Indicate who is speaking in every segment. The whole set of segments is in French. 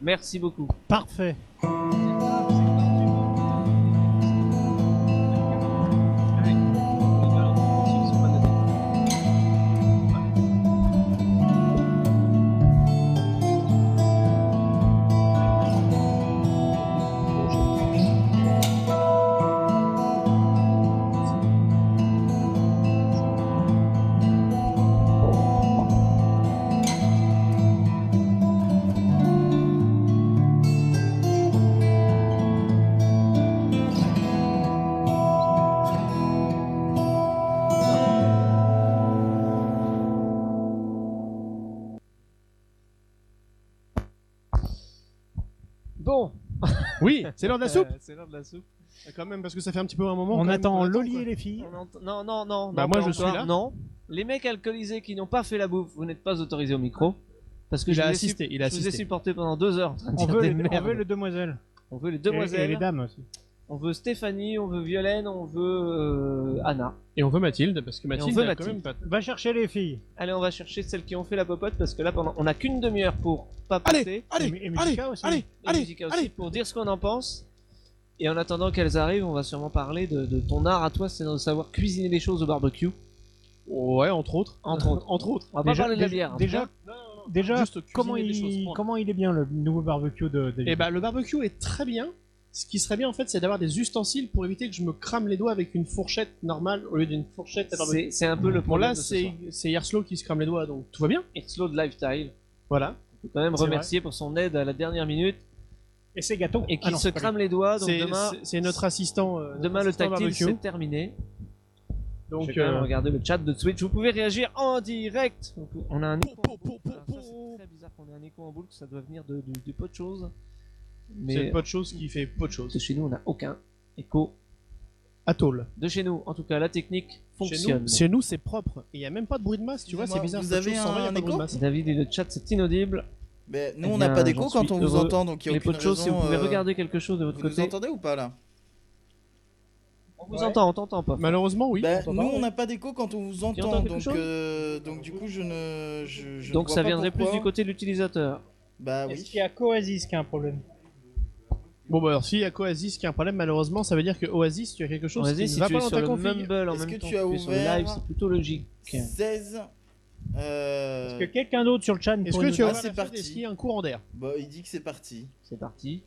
Speaker 1: Merci beaucoup.
Speaker 2: Parfait.
Speaker 1: Bon,
Speaker 2: Oui, c'est l'heure de la soupe.
Speaker 1: euh, c'est l'heure de la soupe.
Speaker 3: Quand même, parce que ça fait un petit peu un moment.
Speaker 2: on
Speaker 3: quand même,
Speaker 2: attend
Speaker 3: qu'on
Speaker 2: Loli et
Speaker 3: quoi.
Speaker 2: les filles.
Speaker 1: On ent- Non, non, non.
Speaker 3: Bah,
Speaker 1: non, pas
Speaker 3: moi, je suis
Speaker 1: encore.
Speaker 3: là.
Speaker 1: Non, les mecs alcoolisés qui n'ont pas fait la bouffe, vous n'êtes pas autorisés au micro. Parce que
Speaker 3: Il
Speaker 1: je
Speaker 3: a
Speaker 1: vous ai
Speaker 3: assisté,
Speaker 1: sup-
Speaker 3: il a
Speaker 1: je vous ai
Speaker 3: assisté.
Speaker 1: supporté pendant deux heures. en train de
Speaker 2: On
Speaker 1: dire
Speaker 2: veut,
Speaker 1: des
Speaker 2: les, on
Speaker 1: merdes.
Speaker 2: veut les demoiselles.
Speaker 1: On veut
Speaker 3: Eh,
Speaker 1: les
Speaker 2: Et- Et,
Speaker 1: demoiselles,
Speaker 2: les dames aussi.
Speaker 1: on veut Stéphanie, on veut Violaine, on veut euh, Anna.
Speaker 3: Et on veut Mathilde, parce que
Speaker 1: on
Speaker 3: Mathilde,
Speaker 1: veut
Speaker 3: elle a quand
Speaker 1: Mathilde.
Speaker 3: même pas.
Speaker 2: Va chercher les filles.
Speaker 1: Allez, on va chercher celles qui ont fait la popote parce que là, pendant, on a qu'une demi-heure pour pas
Speaker 3: Allez,
Speaker 1: passer.
Speaker 2: Et-
Speaker 3: Allez,
Speaker 2: et
Speaker 3: allez,
Speaker 2: Musica aussi.
Speaker 3: allez,
Speaker 1: Et
Speaker 3: allez,
Speaker 1: Musica aussi
Speaker 3: allez.
Speaker 1: pour dire ce qu'on en pense. Et en attendant qu'elles arrivent, on va sûrement parler de, de ton art à toi, c'est de savoir cuisiner des choses au barbecue,
Speaker 3: Ouais, entre autres.
Speaker 1: entre autres. Ah bah,
Speaker 3: Entre autres.
Speaker 1: On va
Speaker 2: Déjà-
Speaker 1: pas parler de la
Speaker 2: déjà-
Speaker 1: bière. en
Speaker 2: déjà,
Speaker 1: tout
Speaker 2: Déjà,
Speaker 3: Juste cuisiner
Speaker 2: comment
Speaker 3: des choses,
Speaker 2: il,
Speaker 3: point.
Speaker 2: comment il est bien le nouveau barbecue de David
Speaker 3: Et bah, le barbecue est très bien. Ce qui serait bien en fait, c'est d'avoir des ustensiles pour éviter que je me crame les doigts avec une fourchette normale au lieu d'une fourchette à
Speaker 1: cas.
Speaker 3: barbecue.
Speaker 1: C'est- c'est un peu le
Speaker 3: Bon,
Speaker 1: problème.
Speaker 3: là,
Speaker 1: de ce
Speaker 3: c'est
Speaker 1: soir.
Speaker 3: c'est Yerslo qui se crame les doigts, donc tout va bien.
Speaker 1: It's Load Lifestyle.
Speaker 3: Voilà.
Speaker 1: On peut quand même
Speaker 3: C'est
Speaker 1: remercier pour son aide à la dernière minute
Speaker 2: Et c'est gâteau.
Speaker 1: et qu'il
Speaker 3: Ah non,
Speaker 1: se
Speaker 3: c'est pas
Speaker 1: crame les doigts. Donc
Speaker 3: C'est
Speaker 1: demain,
Speaker 3: c'est- c'est notre assistant. euh,
Speaker 1: demain le
Speaker 3: notre assistant
Speaker 1: tactile c'est
Speaker 3: barbecue.
Speaker 1: terminé. Donc,
Speaker 3: Donc,
Speaker 1: quand même
Speaker 3: euh,
Speaker 1: regarder le chat de Twitch. Vous pouvez réagir en direct. Donc, on a un écho. en
Speaker 3: pou,
Speaker 1: boucle.
Speaker 3: pou, pou,
Speaker 1: Alors ça,
Speaker 3: pou.
Speaker 1: C'est très bizarre qu'on ait un écho en boucle. Ça doit venir de, de, de peu de choses.
Speaker 3: c'est
Speaker 1: Mais
Speaker 3: pas de chose qui fait pas de choses.
Speaker 1: de chez nous, on n'a aucun écho.
Speaker 3: Atoll.
Speaker 1: De chez nous, en tout cas, la technique
Speaker 3: Chez
Speaker 1: fonctionne.
Speaker 3: nous, chez nous, c'est propre. Il n'y a même pas de bruit de masse, tu vois, c'est bizarre.
Speaker 4: Vous
Speaker 3: cette
Speaker 4: avez
Speaker 3: chose, sans vrai, y a
Speaker 4: un
Speaker 3: pas de bruit de
Speaker 4: écho
Speaker 3: masse.
Speaker 1: David et le chat, c'est inaudible.
Speaker 4: Mais nous,
Speaker 1: Eh
Speaker 4: on n'a
Speaker 1: bien,
Speaker 4: pas
Speaker 1: j'en
Speaker 4: d'écho quand
Speaker 1: suis
Speaker 4: on vous
Speaker 1: heureux.
Speaker 4: entend, donc il n'y a
Speaker 1: Les peu
Speaker 4: aucune
Speaker 1: de choses, si vous
Speaker 4: raison,
Speaker 1: pouvez
Speaker 4: euh,
Speaker 1: regarder quelque chose de votre
Speaker 4: Vous nous
Speaker 1: côté.
Speaker 4: entendez ou pas là
Speaker 1: On vous entend, on t'entend pas.
Speaker 3: Malheureusement, oui.
Speaker 4: Bah,
Speaker 3: on
Speaker 4: Nous,
Speaker 3: t'entend pas.
Speaker 4: on n'a pas d'écho quand on vous
Speaker 1: entends
Speaker 4: entend,
Speaker 1: quelque
Speaker 4: donc
Speaker 1: chose
Speaker 4: euh, donc du coup, je ne. je- je ne
Speaker 1: Donc
Speaker 4: vois
Speaker 1: ça
Speaker 4: pas
Speaker 1: viendrait plus
Speaker 4: pourquoi.
Speaker 1: du côté de l'utilisateur.
Speaker 4: Bah oui.
Speaker 2: y a Coasis qui a un problème
Speaker 3: Bon, bah alors, s'il y a Oasis qui a un problème, malheureusement, ça veut dire que Oasis, tu as quelque chose
Speaker 1: Vas-y,
Speaker 3: qui
Speaker 1: si
Speaker 3: ne va
Speaker 1: tu
Speaker 3: pas
Speaker 1: es
Speaker 3: dans
Speaker 1: sur
Speaker 3: ta
Speaker 1: le
Speaker 3: config.
Speaker 1: Mumble en
Speaker 4: Est-ce
Speaker 1: même
Speaker 4: que
Speaker 1: temps
Speaker 4: tu
Speaker 1: que
Speaker 4: as
Speaker 1: tu es sur le live,
Speaker 4: ouvert
Speaker 1: c'est plutôt logique.
Speaker 4: 16. Euh...
Speaker 2: quelqu'un d'autre sur le chat
Speaker 3: Est-ce
Speaker 2: pour
Speaker 3: que
Speaker 2: nous-
Speaker 3: tu as
Speaker 4: Ah, c'est
Speaker 3: la fête
Speaker 4: parti.
Speaker 3: et s'il y a un courant d'air
Speaker 4: Bah, il dit que c'est parti.
Speaker 1: C'est parti.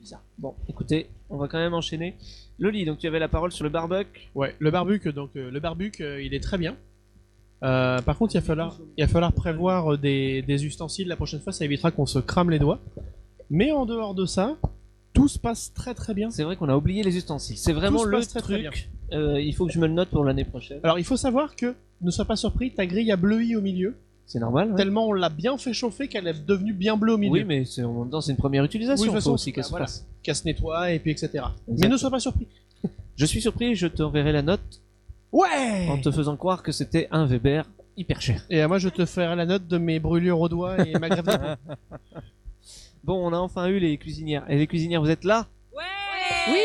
Speaker 1: Bizarre. Bon, écoutez, on va quand même enchaîner. Loli, donc tu avais la parole sur le barbuck.
Speaker 3: Ouais, le barbuc, donc euh, le barbuc, euh, il est très bien. Euh, par contre, il va falloir, il va falloir prévoir euh, des, des ustensiles la prochaine fois, ça évitera qu'on se crame les doigts. Mais en dehors de ça, tout se passe très très bien.
Speaker 1: C'est vrai qu'on a oublié les ustensiles. C'est vraiment
Speaker 3: Tout se
Speaker 1: le
Speaker 3: passe très, très
Speaker 1: truc. Euh, il faut que je me le note pour l'année prochaine.
Speaker 3: Alors, il faut savoir que, ne sois pas surpris, ta grille a bleui au milieu.
Speaker 1: C'est normal. ouais.
Speaker 3: Tellement on l'a bien fait chauffer qu'elle est devenue bien bleue au milieu.
Speaker 1: Oui, mais c'est en même temps, c'est une première utilisation.
Speaker 3: Oui, de
Speaker 1: faut
Speaker 3: toute façon,
Speaker 1: aussi qu'elle
Speaker 3: bah,
Speaker 1: se
Speaker 3: voilà.
Speaker 1: fasse.
Speaker 3: Qu'elle se nettoie et puis etc. Mais
Speaker 1: Exact.
Speaker 3: ne sois pas surpris.
Speaker 1: Je suis surpris, je t'enverrai la note
Speaker 3: Ouais
Speaker 1: en te faisant croire que c'était un Weber hyper cher.
Speaker 3: Et euh, moi je te ferai la note de mes brûlures aux doigts et ma grève de peau.
Speaker 1: Bon, on a enfin eu les cuisinières. Et les cuisinières, vous êtes là
Speaker 5: Oui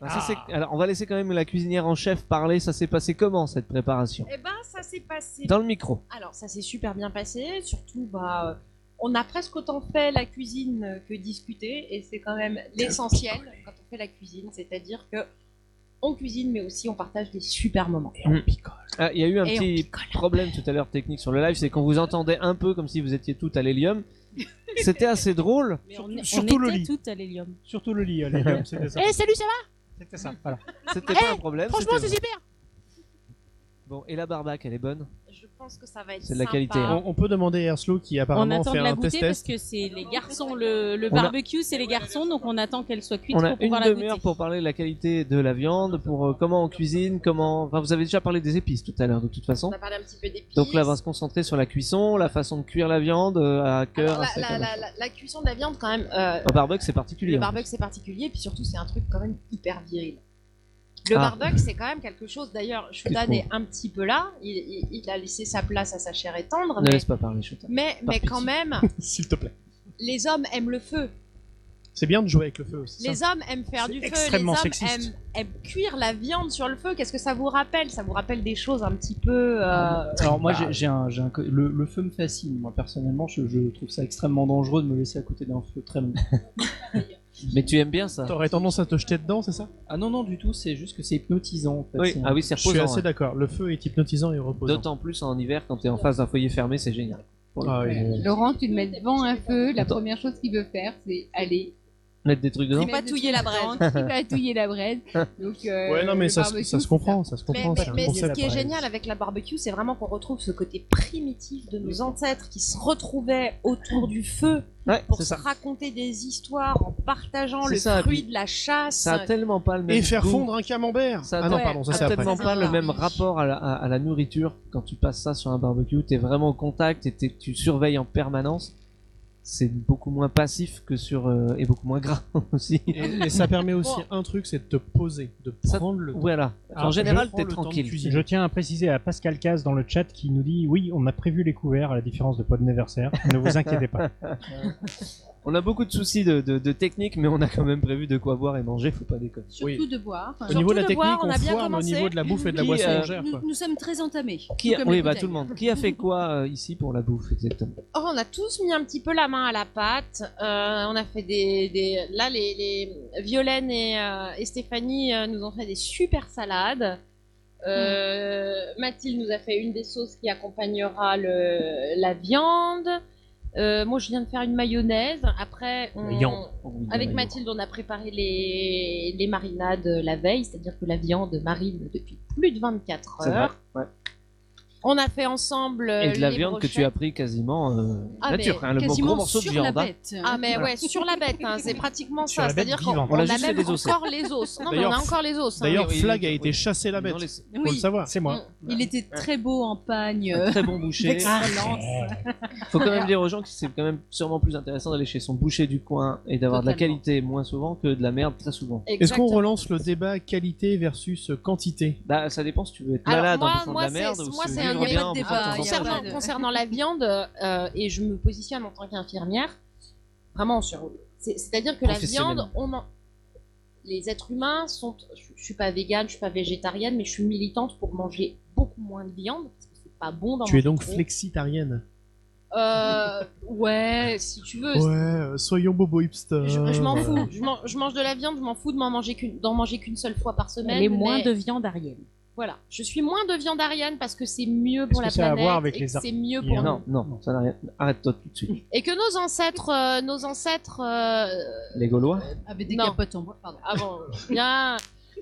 Speaker 1: Ah, ça, c'est- Alors, on va laisser quand même la cuisinière en chef parler. Ça s'est passé comment cette préparation
Speaker 5: Eh ben, ça s'est passé.
Speaker 1: Dans le micro.
Speaker 5: Alors, ça s'est super bien passé. Surtout, bah, euh, on a presque autant fait la cuisine que discuter, et c'est quand même l'essentiel quand on fait la cuisine, c'est-à-dire que on cuisine, mais aussi on partage des super moments.
Speaker 1: Ah, Il y a eu un
Speaker 5: Et on
Speaker 1: petit
Speaker 5: picole.
Speaker 1: problème tout à l'heure technique sur le live, c'est qu'on vous entendait un peu comme si vous étiez tout à l'hélium. C'était assez drôle.
Speaker 5: Mais
Speaker 2: Surtout-
Speaker 5: on est-
Speaker 2: surtout
Speaker 5: on
Speaker 2: le
Speaker 5: était
Speaker 2: lit.
Speaker 5: toutes à l'hélium.
Speaker 2: Surtout le lit, allez, hop, c'était ça.
Speaker 5: salut, ça va
Speaker 2: C'était ça, voilà.
Speaker 1: C'était pas un problème. c'était drôle.
Speaker 5: super
Speaker 1: Bon, et la barbac, elle est bonne.
Speaker 5: Je pense que ça va être
Speaker 1: C'est de la
Speaker 5: sympa.
Speaker 1: qualité, hein.
Speaker 3: on, on peut demander à Erslo qui
Speaker 6: On
Speaker 3: apparemment
Speaker 6: attend de
Speaker 3: fait
Speaker 6: la
Speaker 3: un
Speaker 6: goûter
Speaker 3: test
Speaker 6: parce
Speaker 3: test.
Speaker 6: que c'est les garçons, le, le
Speaker 1: On a-
Speaker 6: barbecue c'est les garçons, donc on attend qu'elle soit cuite
Speaker 1: On a
Speaker 6: pour
Speaker 1: une
Speaker 6: pouvoir la
Speaker 1: demi-heure
Speaker 6: goûter.
Speaker 1: pour parler de la qualité de la viande, pour euh, comment on cuisine, comment. Enfin, vous avez déjà parlé des épices tout à l'heure de toute façon.
Speaker 5: On a parlé un petit peu d'épices.
Speaker 1: Donc là, on va se concentrer sur la cuisson, la façon de cuire la viande euh, à
Speaker 5: Alors,
Speaker 1: cœur, à
Speaker 5: la,
Speaker 1: sec.
Speaker 5: la- la- la- la cuisson de la viande, quand même, euh,
Speaker 1: Au barbecue, c'est particulier. hein.
Speaker 5: Le barbecue, c'est particulier, puis surtout, c'est un truc quand même hyper viril. Le
Speaker 1: Ah.
Speaker 5: barbecue, c'est quand même quelque chose. D'ailleurs, Shudan
Speaker 1: trouves
Speaker 5: est un petit peu là. Il, il- il a laissé sa place à sa chair et tendre.
Speaker 1: Ne
Speaker 5: Mais,
Speaker 1: laisse pas parler, Chouta.
Speaker 5: mais, mais
Speaker 1: pitié.
Speaker 5: quand même,
Speaker 3: S'il te plaît.
Speaker 5: les hommes aiment le feu.
Speaker 3: C'est bien de jouer avec le feu aussi. ça.
Speaker 5: Les hommes aiment faire
Speaker 2: C'est
Speaker 5: du feu, les
Speaker 2: extrêmement
Speaker 5: hommes
Speaker 2: sexiste.
Speaker 5: aiment, aiment cuire la viande sur le feu. Qu'est-ce que ça vous rappelle Ça vous rappelle des choses un petit peu. euh,
Speaker 7: Alors moi
Speaker 3: Bah,
Speaker 7: j'ai- j'ai un, j'ai un co- le, le feu me fascine. Moi personnellement je, je trouve ça extrêmement dangereux de me laisser à côté d'un feu très long.
Speaker 1: Mais tu aimes bien ça
Speaker 3: T'aurais tendance à te jeter dedans, c'est ça
Speaker 7: Ah non non du tout c'est juste que c'est hypnotisant. En fait.
Speaker 1: Oui.
Speaker 7: C'est un-
Speaker 1: Ah oui, c'est
Speaker 3: Je suis
Speaker 1: reposant.
Speaker 3: assez
Speaker 1: ouais.
Speaker 3: d'accord. Le feu est hypnotisant et reposant.
Speaker 1: D'autant plus en hiver quand t'es en face d'un foyer fermé, c'est génial.
Speaker 3: Ah oui.
Speaker 8: Laurent, tu le mets devant un feu, la
Speaker 1: Attends.
Speaker 8: première chose qu'il veut faire, c'est aller
Speaker 1: Mettre des trucs dedans.
Speaker 8: mettre
Speaker 6: Patouiller
Speaker 8: des
Speaker 6: la
Speaker 8: trucs
Speaker 6: braise.
Speaker 8: dedans, Patouiller la braise. Donc, euh,
Speaker 3: Ouais, non,
Speaker 8: le
Speaker 3: mais ça, se-
Speaker 8: barbecue,
Speaker 3: ça se
Speaker 8: c'est
Speaker 3: comprend, ça se
Speaker 5: Mais,
Speaker 3: comprend.
Speaker 5: mais-
Speaker 3: c'est un
Speaker 5: mais
Speaker 3: concept.
Speaker 5: ce qui est génial avec la barbecue, c'est vraiment qu'on retrouve ce côté primitif de nos ancêtres qui se retrouvaient autour du feu
Speaker 1: Ouais,
Speaker 5: pour
Speaker 1: c'est
Speaker 5: se
Speaker 1: ça.
Speaker 5: raconter des histoires en partageant
Speaker 1: C'est
Speaker 5: le
Speaker 1: ça, et
Speaker 5: fruit
Speaker 1: puis-
Speaker 5: de la chasse.
Speaker 1: Ça a tellement pas le même.
Speaker 3: Et faire
Speaker 1: goût.
Speaker 3: fondre un camembert.
Speaker 1: Ça
Speaker 3: ah non,
Speaker 1: te-
Speaker 3: pardon, ça
Speaker 1: Ça
Speaker 3: c'est
Speaker 1: n'a
Speaker 3: après.
Speaker 1: tellement
Speaker 5: Ça,
Speaker 1: pas
Speaker 5: c'est
Speaker 1: le
Speaker 5: après.
Speaker 1: même rapport à la, à- à la nourriture quand tu passes ça sur un barbecue. T'es vraiment en contact et t'es- tu surveilles en permanence. C'est beaucoup moins passif que sur euh, et beaucoup moins gras aussi.
Speaker 3: Et, et ça permet aussi un truc, c'est de te poser, de
Speaker 1: Ça-
Speaker 3: prendre le temps.
Speaker 1: Voilà.
Speaker 3: Alors,
Speaker 1: en
Speaker 3: je
Speaker 1: général,
Speaker 3: prends
Speaker 1: t'es
Speaker 3: le temps de
Speaker 1: tranquille.
Speaker 3: cuisiner.
Speaker 2: Je tiens à préciser à Pascal Caz dans le chat qui nous dit Oui, on a prévu les couverts à la différence de Pod Neversaire. ne vous inquiétez pas.
Speaker 1: On a beaucoup de soucis de, de, de technique, mais on a quand même prévu de quoi boire et manger. Faut pas déconner.
Speaker 8: Surtout
Speaker 3: Oui.
Speaker 8: de boire.
Speaker 3: Au niveau de la
Speaker 5: de
Speaker 3: technique,
Speaker 5: boire,
Speaker 3: on,
Speaker 5: on a bien
Speaker 3: foire, mais au
Speaker 5: commencé.
Speaker 3: niveau de la bouffe et de la
Speaker 1: Qui,
Speaker 3: boisson,
Speaker 1: euh,
Speaker 3: on gère.
Speaker 8: Nous,
Speaker 3: quoi.
Speaker 8: nous sommes très entamés.
Speaker 1: Qui a-
Speaker 8: tout comme les
Speaker 1: Oui, bah
Speaker 8: bouteilles.
Speaker 1: tout le monde. Qui a fait quoi euh, ici pour la bouffe exactement
Speaker 5: Oh, on a tous mis un petit peu la main à la pâte. Euh, on a fait des, des- là les, les- Violaine et, euh, et Stéphanie euh, nous ont fait des super salades. Euh, Mathilde nous a fait une des sauces qui accompagnera le, la viande. Euh, moi, je viens de faire une mayonnaise. Après, on-
Speaker 1: Voyons. Oh, Oui,
Speaker 5: avec
Speaker 1: on a
Speaker 5: Mathilde, on a préparé les, les marinades la veille, c'est-à-dire que la viande marine depuis plus de 24
Speaker 1: C'est vrai,
Speaker 5: heures.
Speaker 1: ouais.
Speaker 5: On a fait ensemble
Speaker 1: eu. Et de la viande que tu
Speaker 5: as
Speaker 1: as pris quasiment euh,
Speaker 5: Euh, Ah,
Speaker 1: nature,
Speaker 5: mais
Speaker 1: hein, le gros
Speaker 8: Quasiment
Speaker 1: gros morceau de
Speaker 8: sur la
Speaker 1: viande. hein.
Speaker 8: bête.
Speaker 5: Ah mais ouais, sur la bête, hein, c'est pratiquement
Speaker 2: Sur
Speaker 5: ça.
Speaker 2: la bête
Speaker 5: C'est-à-dire qu'on
Speaker 2: vivante.
Speaker 1: On
Speaker 5: on
Speaker 1: l'a
Speaker 5: a
Speaker 1: juste fait
Speaker 5: même
Speaker 1: des os.
Speaker 5: encore les os. Non mais on a
Speaker 3: D'ailleurs,
Speaker 5: encore les os. hein.
Speaker 3: D'ailleurs,
Speaker 1: oui, oui,
Speaker 3: Flag
Speaker 1: oui,
Speaker 3: a
Speaker 1: oui.
Speaker 3: été chassé la bête,
Speaker 1: Dans les-
Speaker 3: faut le savoir.
Speaker 2: C'est moi.
Speaker 7: Il
Speaker 8: Il était très beau en pagne.
Speaker 1: Un très bon boucher.
Speaker 6: Euh,
Speaker 1: Faut quand même dire aux gens que c'est quand même sûrement plus intéressant d'aller chez son boucher du coin et d'avoir de la
Speaker 8: Totalement.
Speaker 1: qualité moins souvent que de la merde très souvent.
Speaker 3: Est-ce qu'on
Speaker 5: Exactement.
Speaker 3: relance le débat qualité versus quantité
Speaker 1: Bah ça dépend si tu veux être
Speaker 5: Alors,
Speaker 1: malade en
Speaker 5: moi-
Speaker 1: faisant
Speaker 5: moi,
Speaker 1: de la
Speaker 5: c'est-
Speaker 1: merde ou
Speaker 5: moi,
Speaker 1: si
Speaker 5: c'est
Speaker 1: tu
Speaker 5: un
Speaker 1: veux
Speaker 5: débat
Speaker 1: bien en
Speaker 8: de
Speaker 1: faisant
Speaker 8: débat,
Speaker 1: ton
Speaker 8: il y a
Speaker 1: enfant.
Speaker 8: pas
Speaker 5: concernant,
Speaker 8: de-
Speaker 5: concernant la viande euh, et je me positionne en tant qu'infirmière, vraiment sur. c'est- C'est-à-dire que la
Speaker 1: Professionnelle.
Speaker 5: viande, on en- les êtres humains sont. Je, je suis pas végane, je suis pas végétarienne, mais je suis militante pour manger beaucoup moins de viande parce que c'est pas bon d'en
Speaker 3: Tu es
Speaker 5: manger
Speaker 3: donc
Speaker 5: trop.
Speaker 3: flexitarienne.
Speaker 5: Euh, ouais, si tu veux.
Speaker 3: euh, soyons bobo hipster.
Speaker 5: Je, je m'en
Speaker 6: Euh,
Speaker 5: fous. Je, m'en- je mange de la viande, je m'en fous de m'en manger qu'une, d'en manger qu'une seule fois par semaine.
Speaker 6: Elle est moins
Speaker 5: mais
Speaker 6: de viande arienne.
Speaker 5: Voilà. Je suis moins de viande arienne parce que c'est mieux pour
Speaker 2: que
Speaker 5: la
Speaker 2: ça a à
Speaker 5: planète
Speaker 2: voir avec
Speaker 5: et
Speaker 2: les
Speaker 5: que c'est mieux
Speaker 2: artistes
Speaker 5: pour nous.
Speaker 1: Non, non, ça n'a rien. Arrête-toi tout de suite.
Speaker 5: Et que nos ancêtres, euh, nos ancêtres, euh,
Speaker 1: Les Gaulois
Speaker 8: Ah mais dès qu'il
Speaker 5: Non.
Speaker 8: n'y a pas de tambour, pardon.
Speaker 5: avant, bien,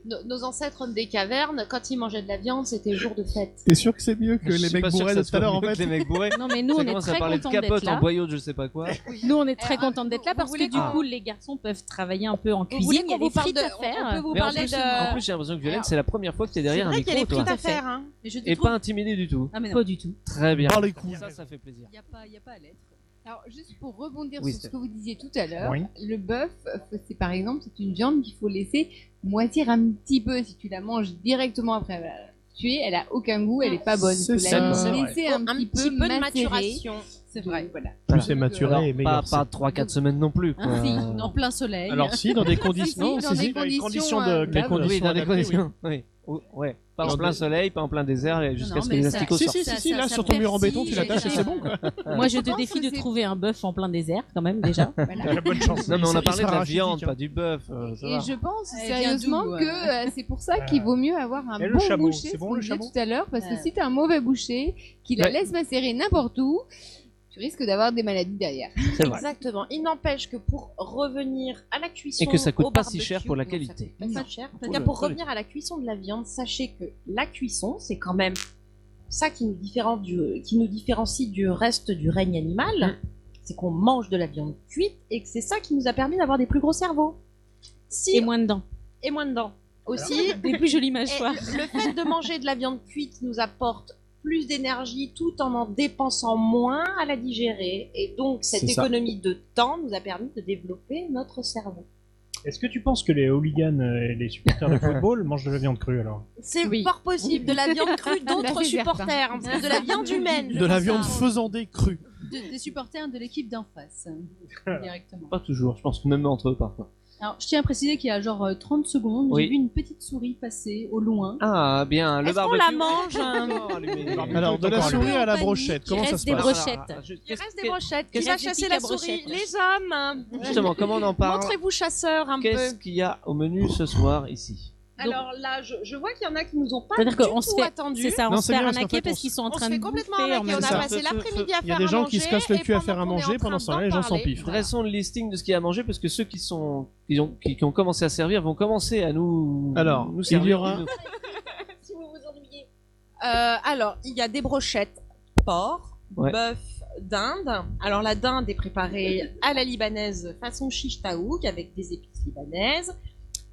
Speaker 5: nos, nos ancêtres hommes des cavernes, quand ils mangeaient de la viande, c'était jour de fête.
Speaker 3: T'es sûr que c'est mieux que
Speaker 1: Je
Speaker 3: les
Speaker 1: suis
Speaker 3: mecs
Speaker 1: pas sûr
Speaker 3: bourrés
Speaker 1: que
Speaker 3: de
Speaker 1: ça
Speaker 3: tout à l'heure en
Speaker 1: soit mieux que
Speaker 3: fait
Speaker 1: Les mecs bourrés.
Speaker 6: Non, mais nous,
Speaker 1: Ça
Speaker 6: on est
Speaker 1: commence à
Speaker 6: très
Speaker 1: parler de
Speaker 6: contents d'être
Speaker 1: capote hein. en
Speaker 6: là.
Speaker 1: boyau de je sais pas quoi.
Speaker 6: Nous, on est très
Speaker 8: Alors,
Speaker 6: contents d'être là
Speaker 8: Eh, vous
Speaker 6: parce que
Speaker 8: voulez
Speaker 6: du
Speaker 8: qu'on-
Speaker 6: coup, les garçons peuvent travailler un peu en
Speaker 5: Vous voulez
Speaker 6: cuisine. Il y a
Speaker 5: qu'on
Speaker 6: des
Speaker 5: vous parle
Speaker 6: frites
Speaker 5: de-
Speaker 6: à
Speaker 5: On peut
Speaker 6: faire.
Speaker 5: vous
Speaker 1: Mais en
Speaker 5: parler
Speaker 1: plus,
Speaker 5: de.
Speaker 1: en plus j'ai l'impression que Violaine, c'est la première fois que t'es derrière un
Speaker 5: c'est vrai qu'il y a
Speaker 1: micro,
Speaker 5: des
Speaker 1: toi.
Speaker 5: frites à faire. Hein.
Speaker 8: Mais je te
Speaker 1: Et
Speaker 8: trouve-
Speaker 1: pas intimidé du tout.
Speaker 8: Ah mais non,
Speaker 6: Pas du tout.
Speaker 1: Très bien.
Speaker 3: Par les couilles.
Speaker 1: Ça, ça fait plaisir.
Speaker 8: il n'y a pas, il y a pas à l'être. Alors juste pour rebondir
Speaker 1: Oui,
Speaker 8: sur ce
Speaker 1: Steph.
Speaker 8: que vous disiez tout à l'heure,
Speaker 2: Oui.
Speaker 8: le bœuf, euh, c'est par exemple, c'est une viande qu'il faut laisser moitir un petit peu. Si tu la manges directement après la tuer, elle a aucun goût, elle est pas bonne. Il faut
Speaker 3: C'est
Speaker 8: la
Speaker 3: ça.
Speaker 8: laisser un, petit peu,
Speaker 5: de
Speaker 8: macérer.
Speaker 5: maturation.
Speaker 8: C'est vrai, voilà.
Speaker 1: Plus
Speaker 3: c'est maturé.
Speaker 1: Alors,
Speaker 3: Ouais, mais
Speaker 1: pas,
Speaker 3: alors,
Speaker 1: pas 3-4 semaines non plus. Quoi.
Speaker 6: Ah,
Speaker 8: Ainsi, en plein soleil.
Speaker 3: Alors si, dans des conditions,
Speaker 8: dans
Speaker 3: dans
Speaker 8: des
Speaker 3: les
Speaker 8: conditions,
Speaker 3: conditions
Speaker 8: euh,
Speaker 3: de
Speaker 8: les
Speaker 3: les conditions
Speaker 1: oui, dans des
Speaker 3: adaptées, oui.
Speaker 1: conditions. Oui. Ou- ouais. Pas
Speaker 3: Dans
Speaker 1: en plein
Speaker 3: des-
Speaker 1: soleil, pas en plein désert, et jusqu'à
Speaker 8: non,
Speaker 1: ce que
Speaker 8: mais
Speaker 1: les
Speaker 8: ça-
Speaker 1: asticots
Speaker 3: Si,
Speaker 1: sortent.
Speaker 3: si, si,
Speaker 8: Ça-
Speaker 3: si,
Speaker 8: ça-
Speaker 3: là,
Speaker 8: ça
Speaker 3: sur ton mur en
Speaker 8: persille,
Speaker 3: béton, tu
Speaker 8: et
Speaker 3: l'attaches et
Speaker 8: ça-
Speaker 3: c'est bon, quoi.
Speaker 6: Moi, je te
Speaker 8: pense
Speaker 6: défie
Speaker 8: que
Speaker 6: de
Speaker 8: c'est-
Speaker 6: trouver un bœuf en plein désert, quand même, déjà.
Speaker 8: voilà.
Speaker 2: Il a bonne chance.
Speaker 1: Non, mais on
Speaker 3: Il
Speaker 1: a
Speaker 3: sera
Speaker 1: parlé de la
Speaker 3: rachitique,
Speaker 1: viande,
Speaker 3: hein.
Speaker 1: pas du bœuf. euh, ça
Speaker 8: Et
Speaker 1: va.
Speaker 8: je pense
Speaker 6: Elle vient
Speaker 8: sérieusement
Speaker 6: d'où,
Speaker 8: que euh, c'est pour ça qu'il vaut mieux avoir un
Speaker 2: Et le
Speaker 8: bon
Speaker 2: chameau,
Speaker 8: boucher,
Speaker 2: c'est
Speaker 8: ce
Speaker 2: bon,
Speaker 8: qu'on
Speaker 2: le
Speaker 8: disait
Speaker 2: chameau
Speaker 8: tout à l'heure, parce que
Speaker 9: Euh.
Speaker 6: Ouais.
Speaker 8: si t'as un mauvais boucher qui la
Speaker 1: Ouais.
Speaker 8: laisse macérer n'importe où, tu risques d'avoir des maladies derrière.
Speaker 1: C'est vrai.
Speaker 5: Exactement. Il n'empêche que pour revenir à la cuisson
Speaker 1: Et que ça
Speaker 5: au
Speaker 1: coûte pas si
Speaker 5: barbecue,
Speaker 1: cher pour la
Speaker 5: non, ça coûte
Speaker 1: qualité.
Speaker 5: pas si
Speaker 8: Non.
Speaker 5: cher. En
Speaker 1: Faut
Speaker 5: tout cas,
Speaker 1: le-
Speaker 5: pour
Speaker 1: faut le-
Speaker 5: revenir à la cuisson de la viande, sachez que la cuisson, c'est quand même ça qui nous, différen- du- qui nous différencie du reste du règne animal,
Speaker 1: Mm.
Speaker 5: c'est qu'on mange de la viande cuite et que c'est ça qui nous a permis d'avoir des plus gros cerveaux. Si
Speaker 6: Et
Speaker 5: et moins,
Speaker 6: moins de dents.
Speaker 5: de dents. Aussi,
Speaker 6: Des plus jolies
Speaker 5: et
Speaker 6: mâchoires.
Speaker 5: le, le fait de manger de la viande cuite nous apporte plus d'énergie tout en en dépensant moins à la digérer. Et donc, cette
Speaker 3: C'est ça.
Speaker 5: économie de temps nous a permis de développer notre cerveau.
Speaker 2: Est-ce que tu penses que les hooligans euh, et les supporters de football mangent de la viande crue alors
Speaker 5: C'est
Speaker 6: Oui.
Speaker 5: fort possible. De la viande crue
Speaker 8: Bah,
Speaker 5: d'autres
Speaker 8: c'est certain.
Speaker 5: supporters. hein, parce que De la viande humaine. je
Speaker 3: De la
Speaker 5: pense
Speaker 3: viande
Speaker 5: à-
Speaker 3: faisandée crue.
Speaker 9: de- des supporters de l'équipe d'en face. euh,
Speaker 2: Ah.
Speaker 9: Directement.
Speaker 1: Pas toujours, je pense même entre eux parfois.
Speaker 9: Alors, je tiens à préciser qu'il y a genre euh, 30 secondes,
Speaker 1: Oui.
Speaker 9: j'ai vu une petite souris passer au loin.
Speaker 1: Ah bien, le
Speaker 6: Est-ce qu'on
Speaker 1: barbecue. Oh,
Speaker 6: la mange
Speaker 3: Alors, de la
Speaker 2: Encore
Speaker 3: souris à la
Speaker 6: Compagnie
Speaker 3: brochette,
Speaker 6: qui
Speaker 3: comment ça
Speaker 6: reste
Speaker 3: se
Speaker 6: des
Speaker 3: passe
Speaker 6: brochettes.
Speaker 1: Ah,
Speaker 5: Il reste des brochettes. Qui
Speaker 6: qu'est-ce
Speaker 5: va
Speaker 6: qu'il y a
Speaker 5: chasser
Speaker 6: des
Speaker 5: la
Speaker 6: piques à
Speaker 5: souris
Speaker 6: brochettes, ouais.
Speaker 5: Les hommes hein.
Speaker 1: Justement, comment on en parle
Speaker 5: Montrez-vous chasseurs un peu.
Speaker 1: Qu'est-ce qu'il y a au menu ce soir ici
Speaker 5: Alors là, je, je vois qu'il y en a qui nous ont pas du
Speaker 6: C'est-à-dire qu'on
Speaker 5: tout
Speaker 6: se fait-
Speaker 5: attendu.
Speaker 6: C'est ça, on
Speaker 3: Non,
Speaker 6: se
Speaker 3: c'est
Speaker 6: fait
Speaker 3: bien, parce qu'en
Speaker 6: arnaquer
Speaker 3: fait,
Speaker 6: parce
Speaker 3: on
Speaker 6: qu'ils sont en
Speaker 5: On
Speaker 6: train
Speaker 5: se
Speaker 6: de
Speaker 5: fait complètement arnaquer.
Speaker 6: bouffer
Speaker 5: On
Speaker 6: en
Speaker 5: a
Speaker 3: ça.
Speaker 6: même temps.
Speaker 5: passé l'après-midi à faire
Speaker 3: Il y a des gens qui se cassent le
Speaker 5: et
Speaker 3: cul à faire à
Speaker 5: pendant qu'on est
Speaker 3: manger,
Speaker 5: en
Speaker 3: pendant ce
Speaker 5: train
Speaker 3: temps-là, les
Speaker 5: d'en
Speaker 3: gens s'en
Speaker 5: parler,
Speaker 3: piffent.
Speaker 5: voilà.
Speaker 1: Dressons le listing de ce qu'il y a à manger parce que ceux qui sont qui ont, qui, qui ont commencé à servir vont commencer à nous
Speaker 3: Alors,
Speaker 1: nous
Speaker 3: il
Speaker 1: servir.
Speaker 3: y aura-
Speaker 1: Nous-
Speaker 5: si vous vous ennuyez. Euh, alors, il y a des brochettes porc,
Speaker 1: Ouais.
Speaker 5: bœuf, dinde. Alors, la dinde est préparée à la libanaise façon shish taouk avec des épices libanaises.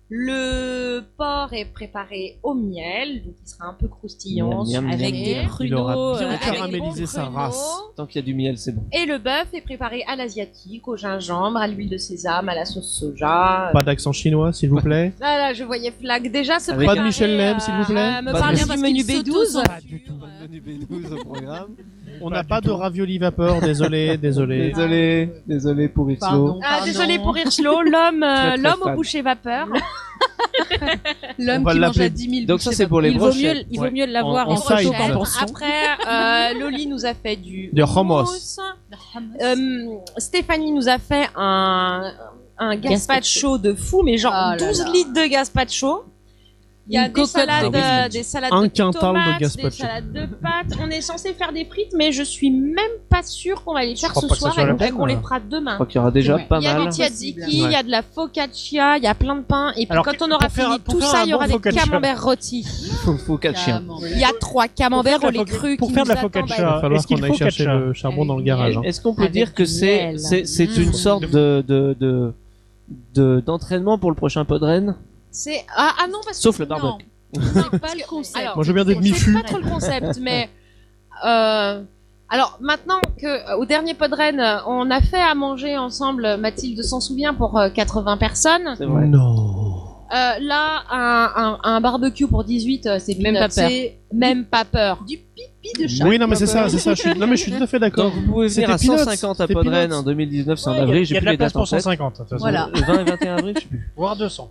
Speaker 5: Le porc est préparé au miel, donc il sera un peu croustillant,
Speaker 1: Miam, miam,
Speaker 6: Avec
Speaker 1: miam,
Speaker 6: des
Speaker 1: miam.
Speaker 3: Il aura
Speaker 6: pruneaux.
Speaker 3: bien
Speaker 6: euh,
Speaker 5: avec des
Speaker 3: caramélisé
Speaker 5: bons
Speaker 3: sa
Speaker 5: pruneaux.
Speaker 3: race.
Speaker 1: Tant qu'il y a du miel, c'est bon.
Speaker 5: Et le bœuf est préparé à l'asiatique, au gingembre, à l'huile de sésame, à la sauce soja.
Speaker 3: Pas d'accent chinois, s'il vous plaît.
Speaker 5: Là, là, je voyais Flag déjà se
Speaker 1: Avec
Speaker 3: Pas
Speaker 5: préparer.
Speaker 3: de Michel Leb,
Speaker 5: euh,
Speaker 3: s'il vous plaît.
Speaker 5: à me
Speaker 1: Pas de
Speaker 5: parler
Speaker 3: Bah,
Speaker 1: Michel
Speaker 5: parce
Speaker 6: Menu
Speaker 5: qu'il
Speaker 6: B12.
Speaker 5: s'auto-censure.
Speaker 1: Menu B12 au programme.
Speaker 3: On n'a pas de ravioli vapeur, désolé, désolé.
Speaker 1: Désolé, désolé pour Ipso.
Speaker 9: Ah. Pardon,
Speaker 5: Ah,
Speaker 9: pardon.
Speaker 5: désolé pour Hirschlo, l'homme euh,
Speaker 1: Très, très
Speaker 5: l'homme
Speaker 1: fan.
Speaker 5: au boucher vapeur.
Speaker 3: On
Speaker 9: L'homme
Speaker 3: va
Speaker 9: qui mange
Speaker 3: l'appeler-
Speaker 9: à 10 000
Speaker 1: Donc ça c'est pour les
Speaker 6: Il vaut
Speaker 1: brochettes.
Speaker 6: mieux, il
Speaker 3: Ouais.
Speaker 6: vaut mieux l'avoir
Speaker 3: En- en
Speaker 6: en photo
Speaker 3: side.
Speaker 6: qu'en portion.
Speaker 5: Après, euh, Loli nous a fait du
Speaker 3: hein. Du hummus.
Speaker 5: Euh, Stéphanie nous a fait un, un gazpacho de fou, mais genre
Speaker 9: Ah là
Speaker 5: 12
Speaker 9: là.
Speaker 5: litres de gazpacho. Il y a
Speaker 6: Une
Speaker 5: des
Speaker 6: cocotte
Speaker 5: salades,
Speaker 3: de
Speaker 5: euh,
Speaker 3: riz.
Speaker 5: des salades
Speaker 3: Un
Speaker 5: de
Speaker 3: quintal de
Speaker 5: tomates,
Speaker 3: gazpacho.
Speaker 5: des salades de pâtes. On est censé faire des frites, mais je suis même pas sûre qu'on va les faire
Speaker 3: crois
Speaker 5: ce
Speaker 3: pas que ça
Speaker 5: soir
Speaker 3: soit la
Speaker 5: et
Speaker 3: peine,
Speaker 5: qu'on les
Speaker 3: là.
Speaker 5: fera demain.
Speaker 1: Je crois qu'il y aura déjà
Speaker 9: Ouais.
Speaker 1: pas
Speaker 5: Il y a
Speaker 1: mal.
Speaker 5: du tzatziki,
Speaker 9: Ouais.
Speaker 5: il y a de la focaccia, il y a plein de pains. Et puis
Speaker 2: Alors,
Speaker 5: quand on aura
Speaker 2: pour faire-
Speaker 5: fini
Speaker 2: pour
Speaker 5: tout
Speaker 2: faire
Speaker 5: ça,
Speaker 2: un
Speaker 5: il y aura
Speaker 2: bon
Speaker 5: des
Speaker 2: focaccia.
Speaker 5: camemberts rôtis.
Speaker 1: Faut, faut quatre chiens.
Speaker 5: Il y a trois camemberts au lait cru
Speaker 2: pour
Speaker 5: qui
Speaker 2: faire de
Speaker 5: nous
Speaker 2: la
Speaker 5: attendent à
Speaker 3: Il va
Speaker 2: focaccia,
Speaker 3: falloir
Speaker 2: est-ce qu'il
Speaker 3: qu'on aille
Speaker 2: faut
Speaker 3: chercher
Speaker 2: ketchup
Speaker 3: le charbon dans le
Speaker 9: Avec
Speaker 3: garage.
Speaker 9: miel.
Speaker 3: hein.
Speaker 1: Est-ce qu'on peut
Speaker 6: Avec
Speaker 1: dire que
Speaker 6: du
Speaker 1: c'est
Speaker 6: miel.
Speaker 1: c'est c'est une
Speaker 9: Mmh.
Speaker 1: sorte de de de- de- d'entraînement pour le prochain Podren
Speaker 5: C'est ah, ah non parce que
Speaker 1: Sauf le
Speaker 5: non.
Speaker 1: barbecue.
Speaker 5: C'est
Speaker 9: pas le concept.
Speaker 5: alors,
Speaker 3: Moi, je veux bien des
Speaker 5: c'est-
Speaker 3: demi-fus.
Speaker 5: C'est pas trop le concept, mais euh, alors maintenant que euh, au dernier Podren, euh, on a fait à manger ensemble, Mathilde s'en souvient pour euh, 80 personnes.
Speaker 1: C'est vrai.
Speaker 3: Non.
Speaker 5: Euh, là, un, un- un barbecue pour 18, euh, c'est
Speaker 6: Même
Speaker 5: peanuts,
Speaker 6: pas peur.
Speaker 5: c'est même pas peur.
Speaker 3: Oui, non, mais c'est ça, c'est ça. Je suis... Non, mais je suis tout à fait d'accord.
Speaker 1: Donc vous pouvez venir
Speaker 3: C'était
Speaker 1: à
Speaker 3: Peanuts,
Speaker 1: 150 à
Speaker 3: c'était
Speaker 1: Podren
Speaker 3: Peanuts.
Speaker 1: en 2019, c'est en
Speaker 2: Il y a-
Speaker 1: avril,
Speaker 2: il y
Speaker 1: Ah j'ai
Speaker 2: a de
Speaker 1: plus
Speaker 2: la
Speaker 1: les
Speaker 2: place
Speaker 1: dates en
Speaker 2: pour
Speaker 1: tête.
Speaker 2: 150, de toute façon.
Speaker 9: Voilà.
Speaker 1: 20 et 21 avril, je sais plus.
Speaker 2: voire 200.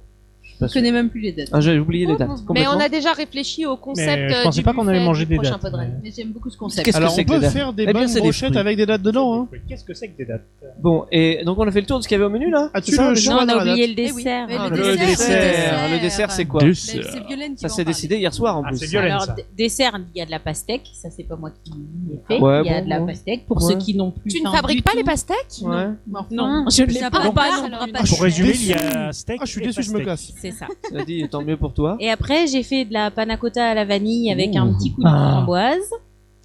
Speaker 9: Je connais même plus les dates.
Speaker 1: Ah, j'avais oublié les dates.
Speaker 5: Mais on
Speaker 1: complètement.
Speaker 5: a déjà réfléchi au concept
Speaker 2: Mais je
Speaker 5: euh,
Speaker 2: pensais
Speaker 5: du
Speaker 2: pas qu'on
Speaker 5: buffet
Speaker 2: allait manger
Speaker 5: du
Speaker 2: des
Speaker 5: prochain
Speaker 2: dates,
Speaker 5: Podren.
Speaker 2: mais-
Speaker 9: Mais j'aime beaucoup ce concept.
Speaker 1: Qu'est-ce que
Speaker 3: Alors,
Speaker 1: c'est
Speaker 3: on
Speaker 1: que les
Speaker 3: peut
Speaker 1: dates
Speaker 3: faire des
Speaker 1: Eh bien,
Speaker 3: bonnes
Speaker 1: c'est des
Speaker 3: brochettes
Speaker 1: fruits.
Speaker 3: avec des dates dedans. Hein.
Speaker 2: Qu'est-ce que c'est que des dates
Speaker 1: Bon, et donc on a fait le tour de ce qu'il y avait au menu là
Speaker 3: As-tu le
Speaker 6: Non,
Speaker 3: choix
Speaker 6: on
Speaker 3: dans
Speaker 6: a
Speaker 3: la date
Speaker 6: oublié le
Speaker 9: Eh oui,
Speaker 6: dessert.
Speaker 9: mais
Speaker 1: Ah,
Speaker 9: le dessert,
Speaker 1: dessert. Le dessert, c'est quoi
Speaker 9: Mais C'est Violaine qui
Speaker 1: Ça
Speaker 9: va en
Speaker 1: s'est
Speaker 9: parler.
Speaker 1: décidé hier soir en
Speaker 2: Ah,
Speaker 1: plus.
Speaker 2: c'est violent
Speaker 6: Alors,
Speaker 2: ça.
Speaker 6: d- dessert, il y a de la pastèque, ça c'est pas moi qui l'ai fait.
Speaker 1: Ouais,
Speaker 6: il y a
Speaker 1: bon,
Speaker 6: de la
Speaker 1: ouais.
Speaker 6: pastèque pour
Speaker 1: Ouais.
Speaker 6: ceux qui n'ont plus.
Speaker 5: Tu ne
Speaker 6: faim
Speaker 5: fabriques
Speaker 6: du
Speaker 5: pas
Speaker 6: tout.
Speaker 5: les pastèques
Speaker 1: Ouais.
Speaker 9: Mais enfin,
Speaker 6: Non, je ne
Speaker 9: ça
Speaker 6: les
Speaker 9: va
Speaker 6: prends
Speaker 9: pas,
Speaker 6: Ah, pas
Speaker 9: ça
Speaker 6: non
Speaker 9: leur
Speaker 6: pas
Speaker 9: une
Speaker 6: pas
Speaker 9: Ah,
Speaker 2: Pour
Speaker 9: je suis
Speaker 2: résumer,
Speaker 3: déçu.
Speaker 2: il y a steak.
Speaker 3: Ah, je suis
Speaker 2: et
Speaker 3: déçu, je me
Speaker 2: pastèque.
Speaker 3: casse.
Speaker 6: C'est ça.
Speaker 1: Ça dit, tant mieux pour toi.
Speaker 6: Et après, j'ai fait de la panna cotta à la vanille avec un petit coup de
Speaker 2: Ah.
Speaker 6: framboise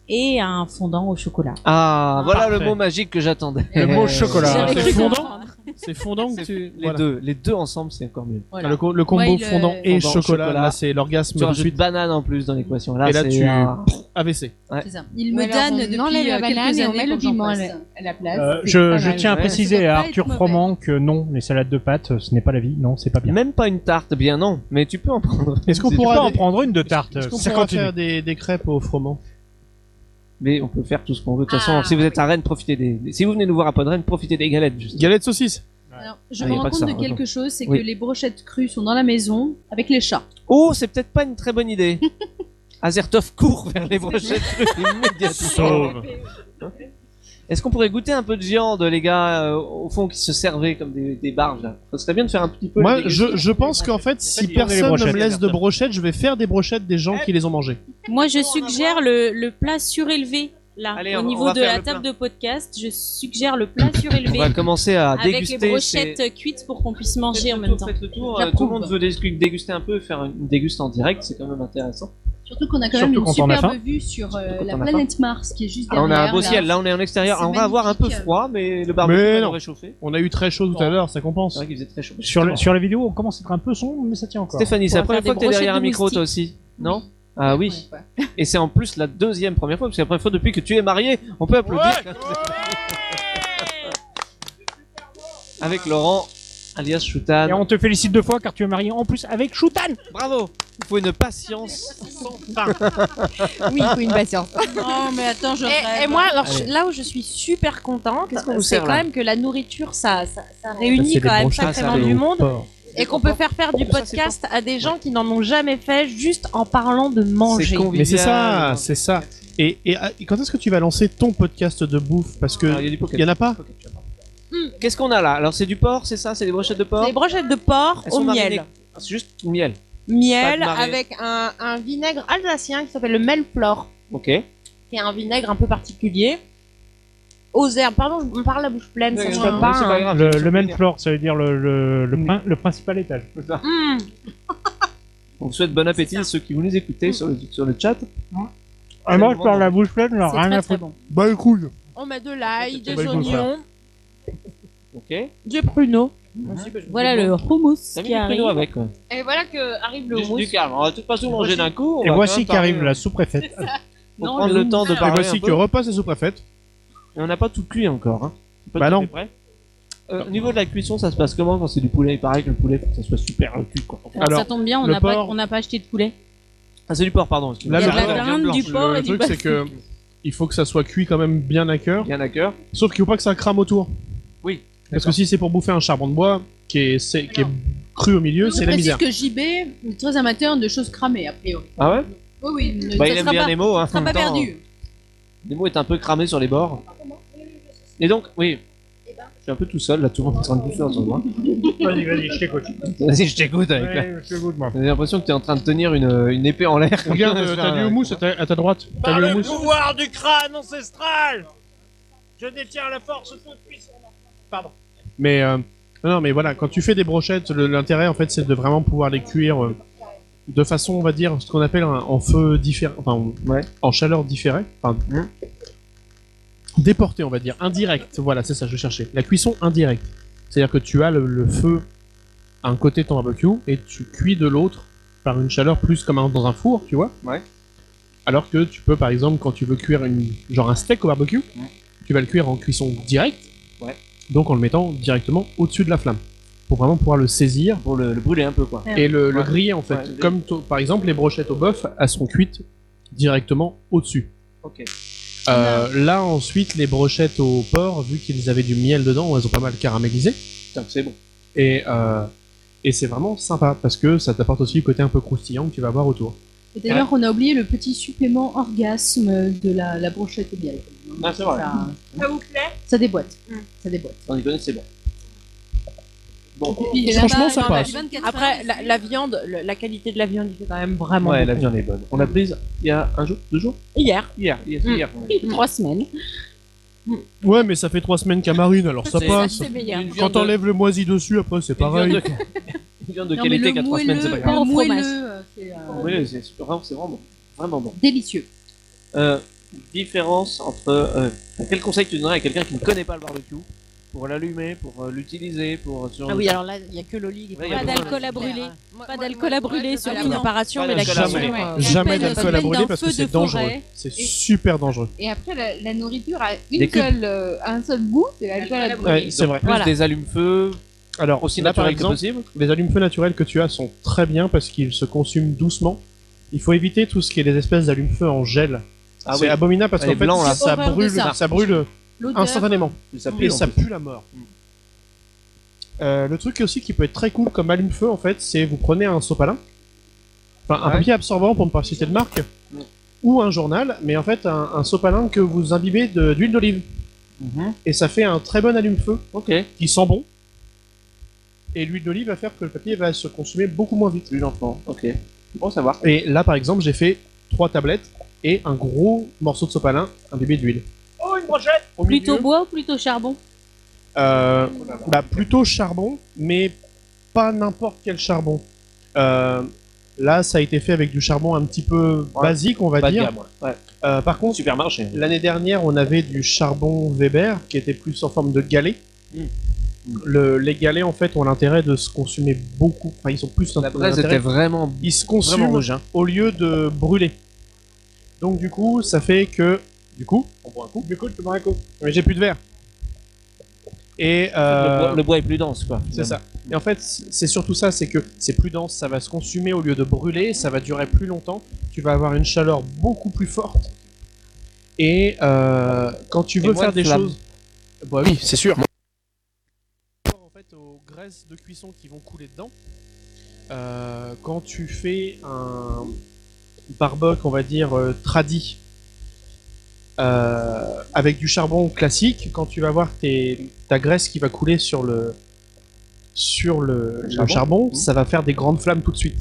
Speaker 6: et un fondant au chocolat.
Speaker 1: Ah, voilà le
Speaker 3: Parfait.
Speaker 1: mot magique que j'attendais.
Speaker 2: Le mot chocolat.
Speaker 6: J'avais
Speaker 3: Euh, c'est
Speaker 6: cru
Speaker 3: fondant
Speaker 6: comprendre.
Speaker 3: C'est fondant que
Speaker 1: C'est-
Speaker 3: tu.
Speaker 1: Les
Speaker 3: voilà.
Speaker 1: deux, les deux ensemble, c'est encore mieux.
Speaker 9: Voilà.
Speaker 3: Le, co- le combo
Speaker 9: Ouais, il, euh,
Speaker 3: fondant et
Speaker 1: Fondant,
Speaker 3: chocolat,
Speaker 1: chocolat.
Speaker 3: là, c'est l'orgasme
Speaker 1: Tu
Speaker 3: tout de
Speaker 1: rajoutes
Speaker 3: suite.
Speaker 1: banane en plus dans l'équation. Là,
Speaker 3: et là,
Speaker 1: c'est
Speaker 3: tu.
Speaker 1: un-
Speaker 3: AVC.
Speaker 9: C'est ça. Il
Speaker 8: Ou
Speaker 9: me
Speaker 8: alors,
Speaker 9: danne
Speaker 8: on
Speaker 9: depuis
Speaker 8: enlève la
Speaker 9: euh,
Speaker 8: banane
Speaker 9: quelques
Speaker 8: et on
Speaker 9: années
Speaker 8: met le
Speaker 9: quand j'en
Speaker 8: piment à
Speaker 9: passe.
Speaker 8: la, à la place.
Speaker 2: Euh,
Speaker 8: C'est
Speaker 2: je,
Speaker 8: pas
Speaker 2: je
Speaker 8: mal.
Speaker 2: tiens à préciser
Speaker 9: doit
Speaker 2: à
Speaker 9: pas
Speaker 2: Arthur
Speaker 9: être mauvais.
Speaker 2: Froment que non, les salades de pâtes, euh, ce n'est pas la vie. Non, c'est pas bien.
Speaker 1: Même pas une tarte, bien non, mais tu peux en prendre.
Speaker 3: Est-ce qu'on
Speaker 2: Tu peux
Speaker 3: pourra
Speaker 2: en
Speaker 3: des-
Speaker 2: prendre une de tarte.
Speaker 3: Est-ce qu'on
Speaker 2: Ça
Speaker 3: pourra
Speaker 2: continue.
Speaker 3: faire des, des crêpes au froment
Speaker 1: Mais on peut faire tout ce qu'on veut. De toute façon,
Speaker 5: Ah,
Speaker 1: si vous êtes à Rennes, profitez des. des- Si vous venez nous voir à Podren, profitez des galettes. juste.
Speaker 3: Galette saucisse
Speaker 9: Alors, je
Speaker 1: Ah, y
Speaker 9: me
Speaker 1: a pas
Speaker 9: rends
Speaker 1: que
Speaker 9: compte
Speaker 1: ça,
Speaker 9: de
Speaker 1: hein,
Speaker 9: quelque chose, c'est
Speaker 1: Oui.
Speaker 9: que les brochettes crues sont dans la maison avec les chats.
Speaker 1: Oh, c'est peut-être pas une très bonne idée. Azertov court vers les brochettes crues immédiatement.
Speaker 2: Sauve.
Speaker 1: Est-ce qu'on pourrait goûter un peu de viande, les gars, euh, au fond, qui se servaient comme des, des barges là Ce serait bien de faire un petit peu.
Speaker 3: Moi,
Speaker 1: les-
Speaker 3: je, je pense qu'en fait,
Speaker 2: fait,
Speaker 3: si
Speaker 2: il y a des
Speaker 3: personne ne me
Speaker 2: brochettes.
Speaker 3: laisse de brochettes, je vais faire des brochettes des gens qui les ont mangées.
Speaker 6: Moi, je suggère le, le plat surélevé. Là,
Speaker 1: Allez, on-
Speaker 6: au
Speaker 1: on
Speaker 6: niveau
Speaker 1: va
Speaker 6: de
Speaker 1: faire
Speaker 6: la
Speaker 1: le
Speaker 6: table de podcast, je suggère le plat
Speaker 1: On
Speaker 6: surélevé
Speaker 1: va commencer à
Speaker 6: avec
Speaker 1: déguster.
Speaker 6: les
Speaker 1: ces-
Speaker 6: brochettes cuites pour qu'on puisse
Speaker 1: Faites
Speaker 6: manger en
Speaker 1: le
Speaker 6: même
Speaker 1: tour,
Speaker 6: temps.
Speaker 1: faites le tour. euh,
Speaker 9: J'approuve.
Speaker 1: Tout le monde veut dé- déguster un peu, faire une déguste en direct, c'est quand même intéressant.
Speaker 9: Surtout qu'on a quand même
Speaker 2: Surtout
Speaker 9: une
Speaker 2: quand on a
Speaker 9: superbe
Speaker 2: faim.
Speaker 9: vue sur euh,
Speaker 1: Surtout
Speaker 9: la
Speaker 1: qu'on a faim.
Speaker 9: planète Mars qui est juste
Speaker 1: Ah,
Speaker 9: derrière.
Speaker 1: on a un beau
Speaker 9: là.
Speaker 1: ciel, là on est en extérieur.
Speaker 9: C'est
Speaker 1: Alors, on va avoir un peu
Speaker 9: magnifique.
Speaker 1: froid, mais le barbecue
Speaker 3: Mais
Speaker 1: va nous
Speaker 3: non.
Speaker 1: réchauffer.
Speaker 3: On a eu très chaud tout à l'heure, ça
Speaker 1: C'est
Speaker 3: compense.
Speaker 1: vrai qu'il faisait très chaud.
Speaker 2: Sur, le-
Speaker 1: Justement.
Speaker 2: sur la vidéo, on commence à être un peu sombre, mais ça tient encore.
Speaker 1: Stéphanie, c'est la
Speaker 6: Pour
Speaker 1: première
Speaker 6: faire
Speaker 1: fois que
Speaker 6: des
Speaker 1: t'es derrière un
Speaker 6: brochettes de
Speaker 1: micro toi aussi Non Ah oui.
Speaker 9: Ouais, ouais.
Speaker 1: Et c'est en plus la deuxième première fois, parce que la première fois depuis que tu es marié, on peut applaudir. Avec Laurent, alias Choutan.
Speaker 2: Et on te félicite deux fois car tu es marié en plus avec Shoutan.
Speaker 1: Bravo Il faut une patience sans fin.
Speaker 8: Oui, il faut une patience.
Speaker 9: Non, mais attends, je
Speaker 5: Et,
Speaker 9: rêve.
Speaker 5: et moi, alors, je-
Speaker 1: Allez.
Speaker 5: là où je suis super contente,
Speaker 1: Qu'est-ce qu'on vous
Speaker 5: c'est
Speaker 1: sert,
Speaker 5: quand
Speaker 1: là
Speaker 5: même que la nourriture, ça, ça, ça réunit
Speaker 2: c'est des
Speaker 5: quand même
Speaker 2: brochets,
Speaker 1: ça,
Speaker 5: sacrément
Speaker 1: c'est
Speaker 5: du
Speaker 1: au
Speaker 5: monde
Speaker 2: Porc.
Speaker 5: et qu'on peut faire faire du
Speaker 1: Ça, c'est
Speaker 5: podcast à des gens qui n'en ont jamais fait juste en parlant de manger.
Speaker 1: convivial.
Speaker 3: Mais c'est ça, c'est ça. Et, et, ah, et quand est-ce que tu vas lancer ton podcast de bouffe Parce que
Speaker 1: Alors, il y a du
Speaker 3: il y
Speaker 1: pocket.
Speaker 3: en a pas.
Speaker 6: Hmm.
Speaker 1: Qu'est-ce qu'on a là Alors c'est du porc, c'est ça C'est des brochettes de porc
Speaker 5: Des brochettes de porc
Speaker 1: Elles
Speaker 5: au
Speaker 1: sont
Speaker 5: miel.
Speaker 1: marinées- Ah, C'est juste miel. Pas de
Speaker 5: Miel
Speaker 1: marée.
Speaker 5: avec un, un vinaigre alsacien qui s'appelle le Melflor,
Speaker 1: Ok.
Speaker 5: qui est un vinaigre un peu particulier. Aux herbes, pardon, je me parle la bouche pleine, ça
Speaker 1: Ouais,
Speaker 5: se
Speaker 1: c'est
Speaker 5: peut
Speaker 1: pas-
Speaker 5: pas.
Speaker 1: c'est pas
Speaker 5: hein.
Speaker 1: grave,
Speaker 2: Le,
Speaker 1: c'est
Speaker 2: le main
Speaker 1: plaisir.
Speaker 2: floor, ça veut dire le, le, le prin- le principal étage.
Speaker 6: Hmm.
Speaker 5: Mm.
Speaker 1: On vous souhaite bon appétit à ceux qui vous nous écoutez sur le, sur le chat.
Speaker 2: Ah, moi, je parle la bouche pleine, alors rien à
Speaker 9: très, très
Speaker 2: foutre.
Speaker 9: bon.
Speaker 3: Bah écoute.
Speaker 5: On met de l'ail, des
Speaker 3: Bah, écoute,
Speaker 5: oignons,
Speaker 1: Ok.
Speaker 5: des pruneaux.
Speaker 6: Voilà le hummus
Speaker 1: T'as mis
Speaker 6: qui
Speaker 1: du pruneau
Speaker 6: arrive.
Speaker 1: avec. ouais.
Speaker 5: Et voilà que arrive le
Speaker 1: Du, du
Speaker 5: mousse.
Speaker 1: calme. On va tout pas tout manger d'un coup. on
Speaker 2: Et
Speaker 1: va
Speaker 2: voici
Speaker 1: quand même
Speaker 2: qu'arrive
Speaker 1: parler-
Speaker 2: la sous-préfète.
Speaker 1: Faut
Speaker 9: Non,
Speaker 1: prendre
Speaker 9: le
Speaker 1: le temps de
Speaker 3: Et
Speaker 1: parler. un
Speaker 3: voici
Speaker 1: peu.
Speaker 3: que repasse la sous-préfète.
Speaker 1: Et on n'a pas tout cuit encore. Hein. Pas
Speaker 3: Bah
Speaker 1: tout
Speaker 3: non.
Speaker 1: fait prêt. Euh, au niveau de la cuisson, ça se passe comment quand c'est du poulet Il paraît que le poulet, faut que ça soit super euh, cuit. Quoi.
Speaker 6: Alors,
Speaker 3: Alors,
Speaker 6: ça tombe bien, on
Speaker 3: le
Speaker 6: n'a pas,
Speaker 3: porc-
Speaker 6: on n'a pas acheté de poulet.
Speaker 1: Ah, c'est du porc, pardon. excusez-moi.
Speaker 3: Là,
Speaker 6: Il y a de
Speaker 3: mais-
Speaker 6: la dinde, du porc
Speaker 3: le
Speaker 6: et du
Speaker 3: truc c'est que il faut que ça soit cuit quand même bien à cœur.
Speaker 1: Bien à cœur.
Speaker 3: Sauf qu'il faut pas que ça crame autour.
Speaker 1: Oui.
Speaker 3: Parce que si c'est pour bouffer un charbon de bois qui est, c'est- qui est cru au milieu,
Speaker 9: Je
Speaker 3: c'est la
Speaker 9: précise
Speaker 3: misère.
Speaker 9: que JB est très amateur de choses cramées, a priori.
Speaker 1: Ah ouais
Speaker 9: Oui, Oh oui, ne-
Speaker 1: Bah,
Speaker 9: ça
Speaker 1: il aime
Speaker 9: sera
Speaker 1: bien
Speaker 9: pas,
Speaker 1: les mots. Hein.
Speaker 9: ça sera
Speaker 1: En
Speaker 9: pas
Speaker 1: même temps,
Speaker 9: perdu.
Speaker 1: Nemo est un peu cramé sur les bords. Et donc, oui. Je suis un peu tout seul, là, tout le monde est en train de bouffer autour de moi.
Speaker 2: Vas-y, vas-y, je t'écoute.
Speaker 1: Vas-y, je t'écoute avec la-
Speaker 2: Ouais, je t'écoute, moi.
Speaker 1: J'ai l'impression que t'es en train de tenir une, euh, une épée en l'air.
Speaker 3: Regarde, euh, t'as du houmous à ta, à ta droite. T'as du houmous.
Speaker 2: pouvoir du crâne ancestral Je détiens la force toute puissante.
Speaker 3: Mais euh, non, non, mais voilà, quand tu fais des brochettes, le- l'intérêt en fait, c'est de vraiment pouvoir les cuire euh, de façon, on va dire, ce qu'on appelle un- en feu différent, enfin, en-
Speaker 1: Ouais.
Speaker 3: en chaleur différée, enfin,
Speaker 1: Mhm.
Speaker 3: déporté, on va dire, indirect. Voilà, c'est ça, je cherchais. La cuisson indirecte, c'est-à-dire que tu as le, le feu à un côté de ton barbecue et tu cuis de l'autre par une chaleur plus comme un- dans un four, tu vois.
Speaker 1: Ouais.
Speaker 3: Alors que tu peux, par exemple, quand tu veux cuire une, genre un steak au barbecue,
Speaker 1: Mhm.
Speaker 3: tu vas le cuire en cuisson directe donc en le mettant directement au-dessus de la flamme pour vraiment pouvoir le saisir
Speaker 1: Pour le, le brûler un peu, quoi.
Speaker 3: et le, le
Speaker 1: Ouais.
Speaker 3: griller en fait.
Speaker 1: Ouais,
Speaker 3: Comme to- par exemple les brochettes au bœuf, elles seront cuites directement au-dessus.
Speaker 1: Ok.
Speaker 3: Euh, là ensuite les brochettes au porc, vu qu'ils avaient du miel dedans, elles ont pas mal caramélisé
Speaker 1: Putain, c'est bon.
Speaker 3: et euh, et c'est vraiment sympa parce que ça t'apporte aussi le côté un peu croustillant que tu vas avoir autour.
Speaker 9: Et d'ailleurs, on a oublié le petit supplément orgasme de la, la brochette au miel.
Speaker 1: Ah, c'est vrai.
Speaker 9: Ça,
Speaker 5: Ça vous plaît
Speaker 9: ça déboîte.
Speaker 5: Mm.
Speaker 9: Ça déboîte.
Speaker 1: Sans déconner, c'est bon. Bon.
Speaker 3: Franchement, ça passe.
Speaker 6: hein
Speaker 5: Après, la, la viande, le- la qualité de la viande, il fait quand même vraiment
Speaker 1: Ouais, la
Speaker 5: beaucoup.
Speaker 1: viande est bonne. On l'a prise il y a un jour, deux jours
Speaker 5: Hier,
Speaker 1: Hier, hier,
Speaker 5: Mm.
Speaker 1: hier.
Speaker 6: Trois semaines.
Speaker 3: Ouais, mais ça fait trois semaines qu'à marine, alors ça
Speaker 1: C'est-
Speaker 3: passe.
Speaker 6: C'est meilleur.
Speaker 1: Une
Speaker 3: Quand
Speaker 1: viande de-
Speaker 3: t'enlèves le moisi dessus, après c'est
Speaker 1: une viande
Speaker 3: pareil.
Speaker 1: de- Une viande de
Speaker 9: Non, mais
Speaker 1: qualité
Speaker 9: le
Speaker 1: qu'à trois
Speaker 9: moelleux,
Speaker 1: semaines, c'est pas
Speaker 9: le
Speaker 1: grave.
Speaker 6: Au fromage.
Speaker 9: moelleux, euh, c'est, euh,
Speaker 1: Oui, c'est super- vraiment, c'est vraiment, vraiment bon.
Speaker 9: délicieux.
Speaker 1: Euh, différence entre. euh, quel conseil tu donnerais à quelqu'un qui ne connaît pas le barbecue Pour l'allumer, pour euh, l'utiliser, pour. sur-
Speaker 6: Ah oui, alors là, il n'y a que l'olive.
Speaker 1: Ouais, il y a
Speaker 6: Pas
Speaker 1: besoin
Speaker 6: d'alcool
Speaker 1: de-
Speaker 6: à brûler.
Speaker 5: Moi-
Speaker 6: Pas
Speaker 5: moi-
Speaker 6: d'alcool à
Speaker 5: moi,
Speaker 6: brûler
Speaker 5: je
Speaker 6: sur
Speaker 5: la
Speaker 6: une
Speaker 1: non.
Speaker 6: préparation,
Speaker 1: Pas
Speaker 6: mais la
Speaker 1: d'alcool à
Speaker 6: cuisson.
Speaker 1: brûler.
Speaker 6: ouais.
Speaker 3: Jamais
Speaker 9: Appelle-
Speaker 3: d'alcool à
Speaker 9: appelle
Speaker 3: brûler
Speaker 9: d'un
Speaker 3: parce que
Speaker 9: feu
Speaker 3: c'est
Speaker 9: de forêt.
Speaker 3: dangereux. C'est super dangereux.
Speaker 8: Et après, la, la nourriture a une
Speaker 1: Des cubes.
Speaker 8: seule, euh, un seul goût, c'est l'alcool à brûler.
Speaker 3: Ouais, c'est vrai.
Speaker 1: Plus
Speaker 6: Voilà.
Speaker 1: des allumes-feu,
Speaker 3: Alors,
Speaker 1: aussi
Speaker 3: là, par
Speaker 1: naturel que
Speaker 3: exemple,
Speaker 1: possible.
Speaker 3: les allumes-feu naturels que tu as sont très bien parce qu'ils se consument doucement. Il faut éviter tout ce qui est des espèces d'allumes-feu en gel.
Speaker 1: Ah
Speaker 3: c'est
Speaker 1: oui,
Speaker 3: abominable parce
Speaker 1: Ah,
Speaker 3: qu'en
Speaker 1: les
Speaker 3: fait,
Speaker 1: blancs, là.
Speaker 3: ça
Speaker 9: Horreur de
Speaker 3: brûle, ça.
Speaker 9: ça.
Speaker 3: brûle
Speaker 9: L'odeur.
Speaker 3: instantanément.
Speaker 1: ça pue,
Speaker 3: Et
Speaker 1: en
Speaker 3: ça
Speaker 1: plus.
Speaker 3: pue la mort. Euh, le truc aussi qui peut être très cool comme allume-feu, en fait, c'est vous prenez un sopalin, enfin un
Speaker 1: Ouais.
Speaker 3: papier absorbant pour ne pas citer de marque,
Speaker 1: Ouais.
Speaker 3: ou un journal, mais en fait un, un sopalin que vous imbibez de- d'huile d'olive.
Speaker 1: Mhm.
Speaker 3: Et ça fait un très bon allume-feu.
Speaker 1: Ok.
Speaker 3: qui sent bon. Et l'huile d'olive va faire que le papier va se consumer beaucoup moins vite.
Speaker 1: Plus lentement, ok. Bon, savoir.
Speaker 3: Et là, par exemple, j'ai fait trois tablettes et un gros morceau de sopalin, un bébé d'huile. Oh, une brochette Au
Speaker 6: Plutôt
Speaker 3: milieu,
Speaker 6: bois ou plutôt charbon
Speaker 3: euh, bah, plutôt charbon, mais pas n'importe quel charbon. Euh, là, ça a été fait avec du charbon un petit peu
Speaker 1: Ouais.
Speaker 3: basique, on va
Speaker 1: Pas de
Speaker 3: dire.
Speaker 1: gamme, ouais. Ouais.
Speaker 3: Euh, par contre,
Speaker 1: Supermarché.
Speaker 3: L'année dernière, on avait du charbon Weber qui était plus en forme de galet.
Speaker 1: Mm.
Speaker 3: Le- les galets, en fait, ont l'intérêt de se consumer beaucoup. Enfin, ils sont plus
Speaker 1: La braise était vraiment,
Speaker 3: Ils se
Speaker 1: vraiment
Speaker 3: consument
Speaker 1: rouge. Hein.
Speaker 3: au lieu de brûler. Donc, du coup, ça fait que. Du coup, on boit un coup. Du coup, je peux boire un coup. Mais j'ai plus de verre. Et
Speaker 1: Le,
Speaker 3: euh,
Speaker 1: bois, le bois est plus dense, quoi.
Speaker 3: c'est ça. Et en fait, c'est surtout ça, c'est que c'est plus dense, ça va se consumer au lieu de brûler, ça va durer plus longtemps, tu vas avoir une chaleur beaucoup plus forte. Et euh, quand tu
Speaker 1: Et
Speaker 3: veux
Speaker 1: moins
Speaker 3: faire
Speaker 1: de
Speaker 3: des
Speaker 1: flammes.
Speaker 3: choses... Bah oui, c'est sûr. En fait, aux graisses de cuisson qui vont couler dedans, euh, quand tu fais un barbecue, on va dire, euh, tradi, euh, avec du charbon classique, quand tu vas voir tes, ta graisse qui va couler sur le sur le, le charbon, ça va faire des grandes flammes tout de suite.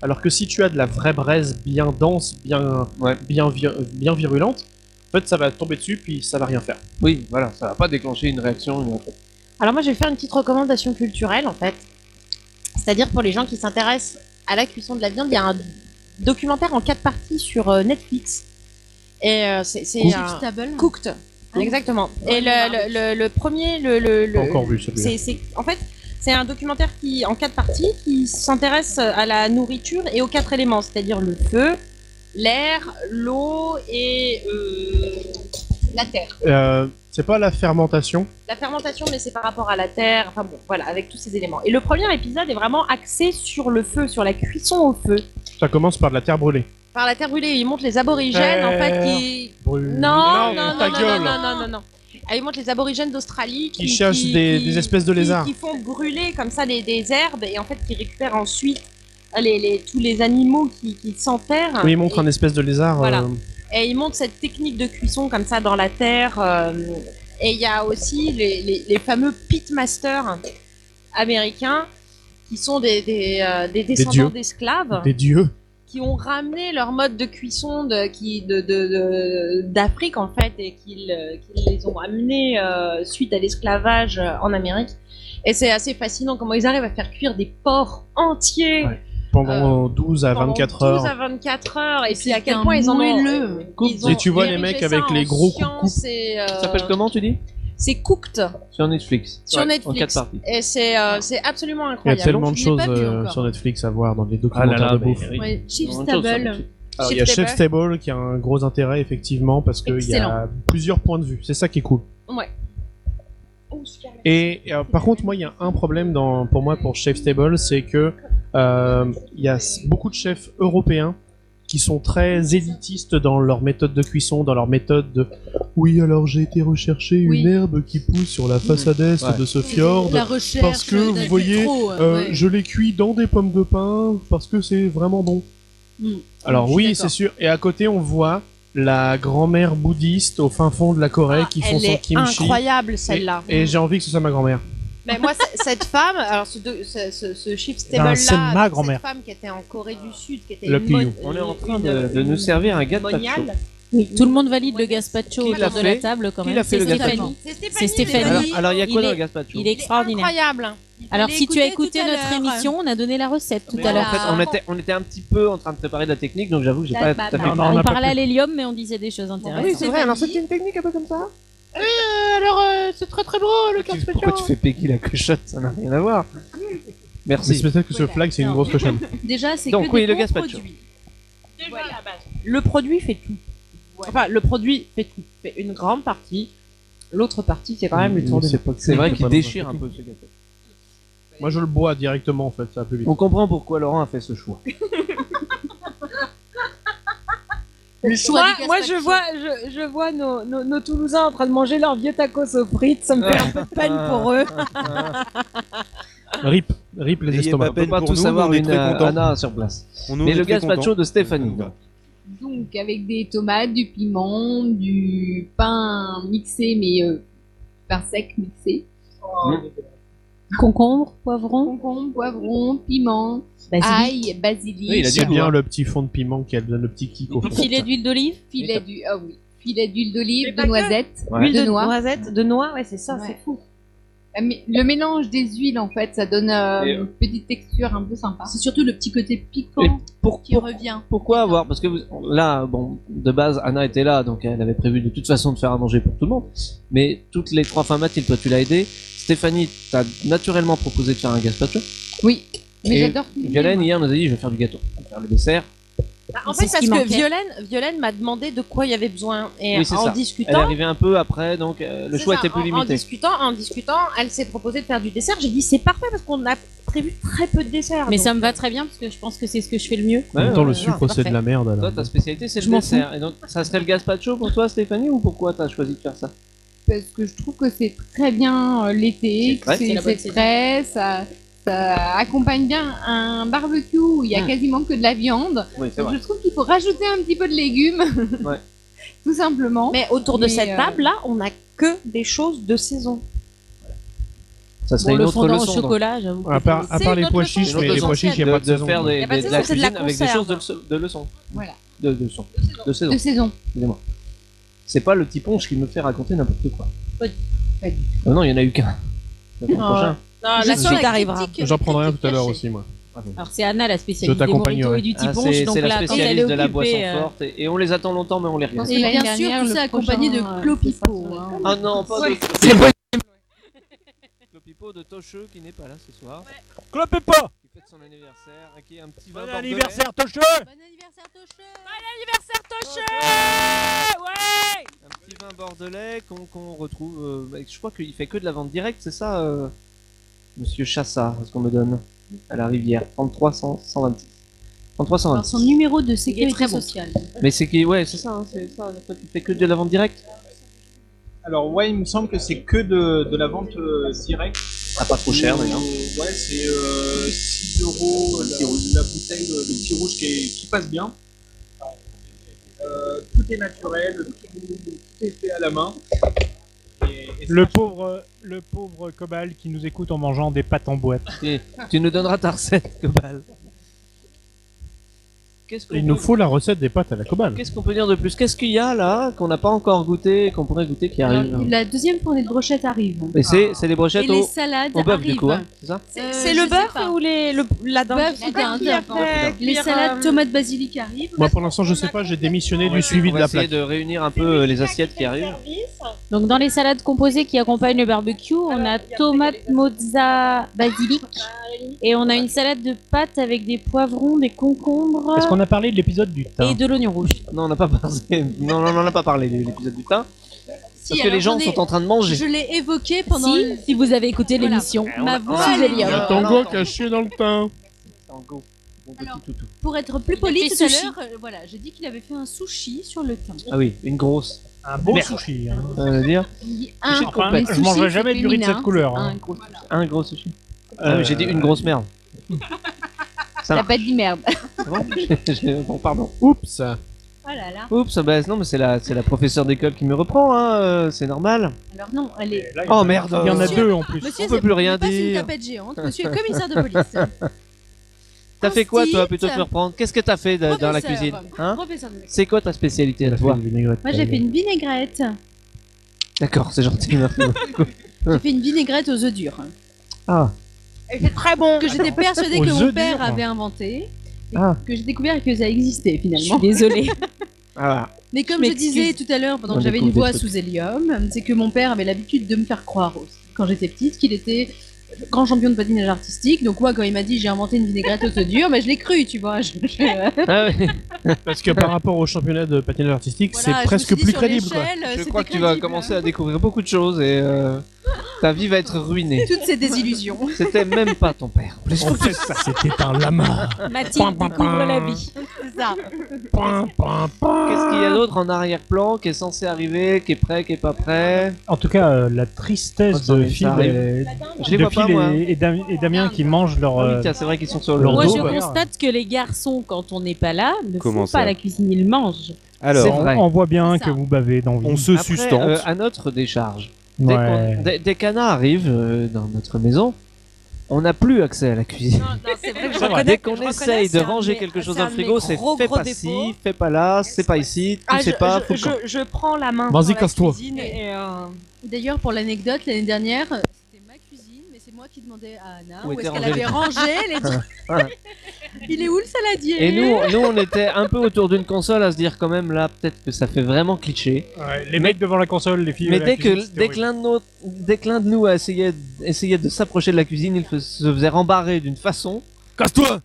Speaker 3: Alors que si tu as de la vraie braise bien dense, bien bien vi- bien virulente, en fait ça va tomber dessus puis ça va rien faire.
Speaker 1: Oui, voilà, ça va pas déclencher une réaction. Une...
Speaker 5: Alors moi, je vais faire une petite recommandation culturelle, en fait. C'est-à-dire pour les gens qui s'intéressent à la cuisson de la viande, il y a un documentaire en quatre parties sur euh, Netflix. Et euh, c'est c'est un...
Speaker 9: Stable.
Speaker 5: Cooked. Exactement. Et le, le- le- le premier, le, le- le-
Speaker 3: Pas encore vu celui-là.
Speaker 5: c'est, c'est- en fait, c'est un documentaire qui, en quatre parties, qui s'intéresse à la nourriture et aux quatre éléments, c'est-à-dire le feu, l'air, l'eau et euh, la terre.
Speaker 3: Euh, c'est pas la fermentation.
Speaker 5: La fermentation, mais c'est par rapport à la terre. Enfin bon, voilà, avec tous ces éléments. Et le premier épisode est vraiment axé sur le feu, sur la cuisson au feu,
Speaker 3: Ça commence par de la terre brûlée.
Speaker 5: par la terre brûlée. Il montre les aborigènes, en fait, qui
Speaker 3: Brûlée.
Speaker 5: non, non, non,
Speaker 3: ta
Speaker 5: non,
Speaker 3: gueule.
Speaker 5: non, non, non, non, non. Ah, ils montrent les aborigènes d'Australie
Speaker 3: Qui chassent des- des espèces de
Speaker 5: qui-
Speaker 3: lézards.
Speaker 5: Qui, font brûler comme ça des, des herbes et en fait qui récupèrent ensuite les, les- tous les animaux qui, qui s'enterrent.
Speaker 3: Oui, il montre
Speaker 5: et,
Speaker 3: un espèce de lézard.
Speaker 5: Voilà.
Speaker 3: euh,
Speaker 5: et ils montrent cette technique de cuisson comme ça dans la terre. euh, et il y a aussi les, les- les fameux pitmasters américains qui sont des, des, euh, des descendants
Speaker 3: dieux.
Speaker 5: d'esclaves
Speaker 3: euh, des dieux.
Speaker 5: qui ont ramené leur mode de cuisson de qui de de- de- d'Afrique en fait et qu'ils euh, qu'ils les ont amenés euh, suite à l'esclavage euh, en Amérique. Et c'est assez fascinant comment ils arrivent à faire cuire des porcs entiers
Speaker 3: Ouais, Pendant 12 à
Speaker 5: pendant
Speaker 3: 24
Speaker 5: 12
Speaker 3: heures.
Speaker 5: à 24 heures et puis
Speaker 9: C'est
Speaker 5: à quel
Speaker 9: un
Speaker 5: point ils en ont
Speaker 9: moelleux.
Speaker 5: ils ont
Speaker 3: Et tu vois les
Speaker 5: érigé
Speaker 3: mecs
Speaker 5: ça
Speaker 3: avec
Speaker 5: en
Speaker 3: les gros coups de
Speaker 5: science et, euh,
Speaker 1: Ça s'appelle comment, tu dis
Speaker 5: C'est cooked
Speaker 1: Sur Netflix.
Speaker 5: sur
Speaker 1: Ouais, En
Speaker 5: Netflix.
Speaker 1: quatre parties.
Speaker 5: et c'est euh, c'est absolument
Speaker 3: Il y a
Speaker 5: incroyable.
Speaker 3: tellement de
Speaker 9: Je l'ai
Speaker 3: choses
Speaker 9: pas vu
Speaker 3: euh,
Speaker 9: encore.
Speaker 3: sur Netflix à voir dans les
Speaker 1: Ah
Speaker 3: documentaires de bouffe.
Speaker 9: Ouais, Chief
Speaker 1: Vraiment une chose, ça,
Speaker 9: Stable.
Speaker 3: Alors, il y a
Speaker 5: Chef
Speaker 3: Chef Stable qui a un gros intérêt effectivement parce qu'il y a
Speaker 5: Excellent.
Speaker 3: plusieurs points de vue. C'est ça qui est cool. Et euh, par contre, moi, il y a un problème dans, pour moi pour Chef Stable, c'est que euh, il y a s- beaucoup de chefs européens qui sont très élitistes dans leur méthode de cuisson, dans leur méthode de oui alors j'ai été rechercher
Speaker 9: Oui.
Speaker 3: une herbe qui pousse sur la façade est
Speaker 1: Ouais.
Speaker 3: de ce fjord.
Speaker 9: La recherche.
Speaker 3: parce que vous
Speaker 9: d'être
Speaker 3: voyez,
Speaker 9: trop,
Speaker 3: Euh,
Speaker 9: ouais.
Speaker 3: Je l'ai cuit dans des pommes de pin parce que c'est vraiment bon.
Speaker 9: Mm.
Speaker 3: Alors
Speaker 9: Je suis
Speaker 3: oui,
Speaker 9: d'accord.
Speaker 3: c'est sûr. Et à côté, on voit la grand-mère bouddhiste au fin fond de la Corée qui font
Speaker 5: Elle
Speaker 3: son
Speaker 5: est
Speaker 3: kimchi.
Speaker 5: incroyable celle-là.
Speaker 3: Et j'ai envie que ce soit ma grand-mère.
Speaker 5: Mais moi, c- cette femme, alors ce, de- ce, ce, ce chief stable
Speaker 2: Ben,
Speaker 5: là,
Speaker 2: c'est ma
Speaker 5: cette
Speaker 2: grand-mère.
Speaker 5: femme qui était en Corée du Sud, qui était
Speaker 3: Le
Speaker 5: une
Speaker 3: Piyou.
Speaker 5: mon-
Speaker 1: On est en train
Speaker 5: une-
Speaker 1: de, de nous servir un gars de
Speaker 5: moniale.
Speaker 1: pacho.
Speaker 6: Oui, tout le monde valide le gazpacho
Speaker 5: Qui l'a
Speaker 6: autour de la
Speaker 1: fait
Speaker 6: table quand
Speaker 1: Qui
Speaker 6: même.
Speaker 1: l'a fait,
Speaker 6: C'est
Speaker 1: le gazpacho
Speaker 6: Stéphanie.
Speaker 5: C'est
Speaker 6: C'est
Speaker 5: Stéphanie.
Speaker 6: Stéphanie.
Speaker 5: mais
Speaker 1: Alors,
Speaker 5: oui,
Speaker 1: alors, il y a quoi
Speaker 6: il
Speaker 1: dans
Speaker 6: est-
Speaker 1: le gazpacho
Speaker 6: Il est extraordinaire.
Speaker 5: Incroyable.
Speaker 6: Alors
Speaker 9: Allez
Speaker 6: si tu as
Speaker 9: écouter
Speaker 6: écouté
Speaker 9: tout à
Speaker 6: notre
Speaker 9: l'heure.
Speaker 6: émission, on a donné la recette tout
Speaker 1: Mais
Speaker 6: à
Speaker 1: en
Speaker 6: l'heure.
Speaker 1: fait, on était, on était un petit peu en train de préparer de la technique, donc j'avoue que j'ai
Speaker 9: La
Speaker 1: pas tout à fait.
Speaker 9: baba.
Speaker 2: Non, non, on
Speaker 6: on
Speaker 2: a pas
Speaker 6: parlait
Speaker 2: pu.
Speaker 6: à l'hélium, mais on disait des choses intéressantes.
Speaker 9: c'est vrai, alors c'était
Speaker 1: une technique un peu comme ça Eh, euh,
Speaker 5: alors, c'est très très beau le
Speaker 1: Pourquoi tu fais Peggy la cochotte Ça n'a rien à voir.
Speaker 3: Mais
Speaker 1: Merci.
Speaker 3: c'est peut-être que ce
Speaker 9: Voilà.
Speaker 3: flag, c'est une
Speaker 9: Non.
Speaker 3: grosse cochonne.
Speaker 9: Déjà, c'est
Speaker 1: Donc,
Speaker 9: que
Speaker 1: oui,
Speaker 9: des
Speaker 1: le
Speaker 9: bons
Speaker 1: gazpacho.
Speaker 9: produits.
Speaker 5: Le produit fait tout. Enfin, le produit fait tout. Fait une grande partie. L'autre partie, c'est quand même le tour de.
Speaker 1: C'est vrai qu'il déchire un peu ce gâteau.
Speaker 3: Moi, je le bois directement en fait, ça va plus vite.
Speaker 1: On comprend pourquoi Laurent a fait ce choix.
Speaker 9: Le choix
Speaker 5: Moi,
Speaker 9: du
Speaker 5: moi, je
Speaker 9: gazpacho.
Speaker 5: vois, je, je vois nos, nos, nos Toulousains en train de manger leurs vieux tacos aux frites. Ça me fait un peu de peine pour eux.
Speaker 1: Ah.
Speaker 3: Rip, rip les
Speaker 10: N'ayez
Speaker 3: estomacs.
Speaker 10: pas peine
Speaker 1: pas
Speaker 10: pour
Speaker 1: tous
Speaker 10: nous, mais
Speaker 1: avoir
Speaker 10: on est
Speaker 1: une
Speaker 10: très
Speaker 1: euh,
Speaker 10: contents.
Speaker 1: Anna sur place.
Speaker 10: On
Speaker 1: Mais le gazpacho de Stéphanie.
Speaker 8: Donc avec des tomates, du piment, du pain mixé mais euh, pain sec mixé,
Speaker 6: Concombre, poivron.
Speaker 8: concombre, poivron, piment, ail, basilic,
Speaker 1: Oui, il a dit
Speaker 3: C'est bien le petit fond de piment qu'elle donne le petit kick au fond.
Speaker 6: Filet d'huile d'olive.
Speaker 8: filet du ah oui, filet d'huile
Speaker 5: Mais
Speaker 8: d'olive,
Speaker 5: pas
Speaker 8: de
Speaker 5: que.
Speaker 8: noisettes,
Speaker 1: Ouais.
Speaker 8: de noix.
Speaker 5: noisette, de noix, ouais, c'est ça,
Speaker 8: Ouais.
Speaker 5: c'est fou.
Speaker 8: Ah, mais Le mélange des huiles en fait, ça donne euh,
Speaker 1: Et, euh,
Speaker 8: une petite texture un peu sympa. Oh.
Speaker 9: C'est surtout le petit côté
Speaker 1: Et
Speaker 9: piquant
Speaker 1: pour-
Speaker 9: qui
Speaker 1: pour-
Speaker 9: revient.
Speaker 1: pourquoi avoir Parce que vous- là, bon, de base, Anna était là, donc elle avait prévu de toute façon de faire à manger pour tout le monde. Mais toutes les trois, enfin Mathilde, toi tu l'as aidé. Stéphanie, t'as naturellement proposé de faire un gazpacho.
Speaker 8: Oui, mais
Speaker 1: Et
Speaker 8: j'adore.
Speaker 1: Violaine, hier, nous a dit je vais faire du gâteau. Je vais faire le dessert.
Speaker 5: Bah, en
Speaker 6: C'est
Speaker 5: fait,
Speaker 6: ce
Speaker 5: parce
Speaker 6: qui
Speaker 5: que
Speaker 6: manquait.
Speaker 5: Violaine, Violaine m'a demandé de quoi il y avait besoin. Et
Speaker 1: Oui, c'est
Speaker 5: en
Speaker 1: ça. Elle est
Speaker 5: discutant.
Speaker 1: arrivée un peu après, donc euh, le
Speaker 5: c'est
Speaker 1: choix
Speaker 5: ça,
Speaker 1: était plus
Speaker 5: en- En
Speaker 1: limité.
Speaker 5: discutant, en discutant, elle s'est proposée de faire du dessert. J'ai dit c'est parfait parce qu'on a prévu très peu de dessert.
Speaker 6: Mais
Speaker 5: donc.
Speaker 6: ça me va très bien parce que je pense que c'est ce que je fais le mieux.
Speaker 3: En même temps,
Speaker 1: Ouais,
Speaker 3: le
Speaker 1: ouais.
Speaker 3: sucre, c'est de la merde. alors.
Speaker 1: Toi, ta spécialité, c'est
Speaker 6: Je
Speaker 1: le
Speaker 6: m'en fous.
Speaker 1: dessert. Et donc, ça serait le gazpacho pour toi, Stéphanie, ou pourquoi t'as choisi de faire ça
Speaker 8: parce que je trouve que c'est très bien euh,
Speaker 1: C'est
Speaker 8: l'été, que
Speaker 1: frais.
Speaker 6: C'est
Speaker 8: c'est
Speaker 6: la bonne
Speaker 8: c'est frais, ça, ça accompagne bien un barbecue où il y a
Speaker 1: Mm.
Speaker 8: quasiment que de la viande.
Speaker 1: Oui,
Speaker 8: Donc je trouve qu'il faut rajouter un petit peu de légumes,
Speaker 1: Ouais.
Speaker 8: tout simplement.
Speaker 5: Mais autour de
Speaker 8: Mais,
Speaker 5: cette
Speaker 8: euh,
Speaker 5: table là, on a que des choses de saison.
Speaker 1: Ça
Speaker 6: Bon,
Speaker 1: serait
Speaker 6: le
Speaker 1: une autre
Speaker 6: fondant au
Speaker 1: leçon. donc.
Speaker 6: chocolat, j'avoue. que
Speaker 3: À part, à
Speaker 5: C'est
Speaker 3: part les
Speaker 5: notre
Speaker 3: pois
Speaker 5: leçon,
Speaker 3: chiches,
Speaker 1: c'est
Speaker 3: mais les
Speaker 1: notre
Speaker 3: pois chiches, il n'y a
Speaker 1: de,
Speaker 3: pas de
Speaker 1: de
Speaker 3: saison.
Speaker 1: faire
Speaker 5: Il y
Speaker 1: des,
Speaker 5: a
Speaker 1: des-
Speaker 5: pas de
Speaker 1: de
Speaker 5: saison,
Speaker 1: la
Speaker 5: c'est de la
Speaker 1: cuisine avec des choses
Speaker 5: conserve.
Speaker 1: de, leçon- de leçon.
Speaker 8: Voilà.
Speaker 1: De, de leçon. De saison.
Speaker 8: De saison.
Speaker 1: Excusez-moi. C'est pas le petit ponche qui me fait raconter n'importe quoi.
Speaker 6: Pas du
Speaker 8: Pas du
Speaker 1: Ah non, il y en a eu qu'un. Le
Speaker 5: Ah
Speaker 1: prochain.
Speaker 5: Non,
Speaker 6: Je
Speaker 5: la
Speaker 6: suis
Speaker 5: seule
Speaker 6: arrivera.
Speaker 5: critique-
Speaker 6: que-
Speaker 3: J'en prendrai un
Speaker 6: que-
Speaker 3: tout à l'heure
Speaker 6: caché.
Speaker 3: aussi, moi.
Speaker 6: Alors c'est Anna la spécialiste des
Speaker 3: t'accompagnerai.
Speaker 6: moritos et du
Speaker 1: Ah,
Speaker 6: tibonche,
Speaker 1: c'est
Speaker 6: donc
Speaker 1: c'est la
Speaker 6: là quand elle est
Speaker 1: spécialiste de la boisson
Speaker 6: occupée, euh,
Speaker 1: forte et, et on les attend longtemps mais on les
Speaker 8: Je
Speaker 1: regarde.
Speaker 8: pense que
Speaker 9: Et
Speaker 8: l'année
Speaker 9: bien sûr,
Speaker 8: dernière,
Speaker 9: tout
Speaker 8: le
Speaker 9: ça accompagné
Speaker 8: prochain,
Speaker 9: de
Speaker 8: euh,
Speaker 9: Clopipo.
Speaker 8: ça
Speaker 9: hein.
Speaker 1: Ah non, pas
Speaker 9: Ouais.
Speaker 1: de... C'est bon Le pipeau de Tocheux qui n'est pas là ce soir,
Speaker 10: Clopez pas
Speaker 1: qui fête son anniversaire, et qui est un petit vin
Speaker 10: Bon
Speaker 1: bordelais.
Speaker 10: anniversaire, Tocheux
Speaker 6: Bon anniversaire Tocheux
Speaker 1: Un petit vin bordelais qu'on qu'on retrouve. euh, bah, je crois qu'il fait que de la vente directe, c'est ça, euh, Monsieur Chassard, ce qu'on me donne à la rivière. 33 100 126. 33 126.
Speaker 9: Alors, son numéro de
Speaker 6: Il est très
Speaker 9: sécurité
Speaker 6: bon.
Speaker 9: sociale.
Speaker 1: Mais c'est qui, ouais, c'est ça, hein, c'est ça. Toi, tu fais que de la vente directe.
Speaker 10: Alors, ouais, il me semble que c'est que de, de la vente euh, directe.
Speaker 1: Ah, pas trop
Speaker 6: Mmh.
Speaker 1: cher
Speaker 10: mais
Speaker 1: d'ailleurs.
Speaker 10: Ouais, c'est euh, 6 euros la, la bouteille, le petit rouge qui, est- qui passe bien. Euh, tout est naturel, tout, tout est fait à la main. Et- et
Speaker 2: Le pauvre, le pauvre Cobal qui nous écoute en mangeant des pâtes en boîte.
Speaker 1: Et tu nous donneras ta recette, Cobal. Qu'est-ce qu'on
Speaker 3: Il nous
Speaker 1: peut-
Speaker 3: faut la recette des pâtes à la cobale.
Speaker 1: Qu'est-ce qu'on peut dire de plus Qu'est-ce qu'il y a là qu'on n'a pas encore goûté, et qu'on pourrait goûter qui arrive
Speaker 9: Alors, la deuxième tournée de brochettes arrive.
Speaker 1: Et c'est c'est des
Speaker 9: Et
Speaker 1: brochettes
Speaker 9: les
Speaker 1: au,
Speaker 9: salades
Speaker 1: au bœuf
Speaker 9: arrivent.
Speaker 1: du coup, hein, c'est ça
Speaker 5: C'est
Speaker 9: Euh,
Speaker 5: c'est
Speaker 9: je sais
Speaker 5: le
Speaker 9: pas.
Speaker 5: beurre ou les, le, la dinde
Speaker 6: Bah,
Speaker 9: Bœuf
Speaker 5: qui-
Speaker 9: ou dinde,
Speaker 5: qui a
Speaker 9: peu importe.
Speaker 5: fait
Speaker 9: Les
Speaker 5: cuire,
Speaker 9: salades
Speaker 5: euh,
Speaker 9: tomates basilic arrivent.
Speaker 3: Moi, pour l'instant, je sais pas, j'ai démissionné du suivi
Speaker 1: On
Speaker 3: de
Speaker 1: va
Speaker 3: la
Speaker 1: essayer
Speaker 3: plaque.
Speaker 1: de réunir un peu euh, les assiettes qui arrivent.
Speaker 6: Donc dans les salades composées qui accompagnent le barbecue, on a tomate, mozza, basilic et on a une salade de pâtes avec des poivrons, des concombres
Speaker 2: Est-ce qu'on a parlé de l'épisode du thym
Speaker 6: et de l'oignon rouge.
Speaker 1: Non, on n'a pas parlé. Non, non, on n'en a pas parlé de l'épisode du thym.
Speaker 9: Si,
Speaker 1: Parce que
Speaker 9: alors,
Speaker 1: les gens
Speaker 9: j'en ai-
Speaker 1: sont en train de manger.
Speaker 9: Je l'ai évoqué pendant.
Speaker 6: si,
Speaker 9: le-
Speaker 6: si vous avez écouté
Speaker 9: Voilà.
Speaker 6: l'émission,
Speaker 1: Eh, on a-
Speaker 6: ma
Speaker 1: on
Speaker 6: voix
Speaker 1: a-
Speaker 6: est
Speaker 1: on
Speaker 6: libre.
Speaker 1: a-
Speaker 3: Le tango caché dans le pain.
Speaker 1: Tango, mon petit
Speaker 9: Alors-
Speaker 1: toutou.
Speaker 9: Pour être plus
Speaker 6: Il a
Speaker 9: poli
Speaker 6: fait
Speaker 9: tout à
Speaker 6: sushi.
Speaker 9: l'heure, euh, voilà, j'ai dit qu'il avait fait un sushi sur le thym.
Speaker 1: Ah oui, une grosse.
Speaker 2: Un bon
Speaker 1: Merde.
Speaker 2: sushi. hein.
Speaker 1: Ça veut dire
Speaker 9: ah,
Speaker 8: Un,
Speaker 1: Sushi de
Speaker 2: Enfin,
Speaker 1: compète.
Speaker 2: je mangerai
Speaker 8: sushi,
Speaker 2: jamais
Speaker 8: c'est
Speaker 2: du riz de
Speaker 8: féminin,
Speaker 2: cette couleur. hein.
Speaker 8: un gros.
Speaker 1: un gros sushi. Ah oui, j'ai dit une grosse merde. Ça
Speaker 8: T'as
Speaker 1: marche.
Speaker 8: pas dit merde.
Speaker 1: c'est Bon, J'ai- j'ai- bon, pardon.
Speaker 3: Euh, Oups
Speaker 9: Oh là là.
Speaker 1: Oups, bah non, mais c'est la, c'est la professeure d'école qui me reprend, hein, euh, c'est normal.
Speaker 9: Alors non, allez.
Speaker 2: Là, il y en
Speaker 1: Oh
Speaker 2: a-
Speaker 1: merde
Speaker 2: Il y en a
Speaker 9: Monsieur-
Speaker 2: deux en plus.
Speaker 9: Monsieur,
Speaker 1: on peut
Speaker 9: c'est-
Speaker 1: plus rien
Speaker 9: il passe une
Speaker 1: dire.
Speaker 9: tapette géante. Monsieur est commissaire de police.
Speaker 1: T'as fait quoi toi plutôt que de me
Speaker 9: Ensuite,
Speaker 1: reprendre Qu'est-ce que t'as fait de- dans la
Speaker 9: professeur.
Speaker 1: cuisine hein
Speaker 9: Professeur de
Speaker 1: C'est quoi ta spécialité à toi
Speaker 9: Moi,
Speaker 5: Eh
Speaker 9: j'ai fait une vinaigrette.
Speaker 1: D'accord, c'est gentil, merci.
Speaker 9: J'ai fait une vinaigrette aux œufs durs.
Speaker 1: Ah,
Speaker 5: Et C'est très bon.
Speaker 9: Que j'étais persuadée
Speaker 2: Aux
Speaker 9: que mon
Speaker 2: œufs
Speaker 9: père
Speaker 2: durs.
Speaker 9: avait inventé. et
Speaker 1: Ah.
Speaker 9: Que j'ai découvert que ça existait
Speaker 6: Je suis
Speaker 9: finalement.
Speaker 6: désolée.
Speaker 1: ah,
Speaker 9: Mais comme
Speaker 6: Je
Speaker 9: je disais tout à l'heure, pendant que
Speaker 1: On
Speaker 9: j'avais une
Speaker 1: découvre
Speaker 9: voix
Speaker 1: des trucs.
Speaker 9: sous hélium, c'est que mon père avait l'habitude de me faire croire aussi, quand j'étais petite, qu'il était grand champion de patinage artistique. Donc moi, quand il m'a dit j'ai inventé une vinaigrette au œuf dur, mais ben, je l'ai cru, tu vois. Je, je-
Speaker 1: ah
Speaker 9: Euh,
Speaker 1: oui.
Speaker 3: Parce que par rapport au championnat de patinage artistique,
Speaker 9: voilà, je
Speaker 3: c'est
Speaker 9: me
Speaker 3: presque
Speaker 9: suis dit,
Speaker 3: plus
Speaker 9: sur
Speaker 3: crédible. quoi.
Speaker 9: l'échelle,
Speaker 1: Je
Speaker 9: c'était
Speaker 1: crois que tu vas
Speaker 9: crédible.
Speaker 1: commencer à découvrir beaucoup de choses et euh, ta vie va être ruinée.
Speaker 9: Toutes ces désillusions.
Speaker 1: C'était même pas ton père. Plus
Speaker 3: En fait, c'était un lama. Point,
Speaker 6: Mathilde
Speaker 3: point,
Speaker 6: découvre
Speaker 3: point.
Speaker 6: la vie.
Speaker 9: C'est ça.
Speaker 3: Point, point, point.
Speaker 1: Qu'est-ce qu'il y a d'autre en arrière-plan qui est censé arriver, qui est prêt, qui est pas prêt
Speaker 2: En tout cas, euh, la tristesse
Speaker 1: Oh, ça
Speaker 2: de
Speaker 1: arrive, ça
Speaker 2: Phil,
Speaker 1: arrive.
Speaker 2: et,
Speaker 1: Je les
Speaker 2: de
Speaker 1: vois pas,
Speaker 2: Phil
Speaker 1: moi.
Speaker 2: et, et Dam- et Damien qui mangent leur.
Speaker 1: Ah
Speaker 2: euh,
Speaker 1: oui, tiens, c'est vrai qu'ils sont sur le
Speaker 2: Leur
Speaker 6: Moi,
Speaker 2: dos,
Speaker 6: je
Speaker 2: bah.
Speaker 6: constate que les garçons, quand on n'est pas là, ne
Speaker 10: Comment
Speaker 6: font pas
Speaker 10: ça
Speaker 6: la cuisine, ils mangent.
Speaker 1: C'est
Speaker 10: Alors,
Speaker 2: on,
Speaker 1: vrai.
Speaker 2: on voit bien
Speaker 9: Ça.
Speaker 2: que vous bavez d'envie.
Speaker 10: on se
Speaker 1: Après,
Speaker 10: sustente.
Speaker 1: euh, à notre décharge, dès
Speaker 2: Ouais.
Speaker 1: qu'on- dès dès qu'Anna arrive euh, dans notre maison, on n'a plus accès à la cuisine.
Speaker 6: c'est vrai
Speaker 1: Dès qu'on essaye de ranger quelque chose dans le frigo, c'est fais pas ci, fais pas là, c'est pas ici, tu
Speaker 5: Ah,
Speaker 1: sais
Speaker 5: je,
Speaker 1: pas,
Speaker 5: je-
Speaker 1: faut que-
Speaker 5: je- je prends la main.
Speaker 3: Vas-y,
Speaker 5: sur la
Speaker 3: casse-toi.
Speaker 5: cuisine et, euh,
Speaker 9: D'ailleurs, pour l'anecdote, l'année dernière, euh, c'était ma cuisine, mais c'est moi qui demandais à Anna
Speaker 1: Où
Speaker 9: où,
Speaker 1: était
Speaker 9: est-ce qu'elle
Speaker 1: Angélique
Speaker 9: avait rangé les
Speaker 1: Voilà.
Speaker 9: Il est où le saladier
Speaker 1: Et nous, nous, on était un peu autour d'une console à se dire quand même là, peut-être que ça fait vraiment cliché.
Speaker 2: Ouais, les mecs devant la console, les filles.
Speaker 1: Mais
Speaker 2: à la
Speaker 1: dès
Speaker 2: cuisine,
Speaker 1: que,
Speaker 2: c'était
Speaker 1: dès que
Speaker 2: horrible.
Speaker 1: l'un de nos- dès que l'un de nous a essayé, essayait de s'approcher de la cuisine, il fe- se faisait rembarrer d'une façon.
Speaker 10: Casse-toi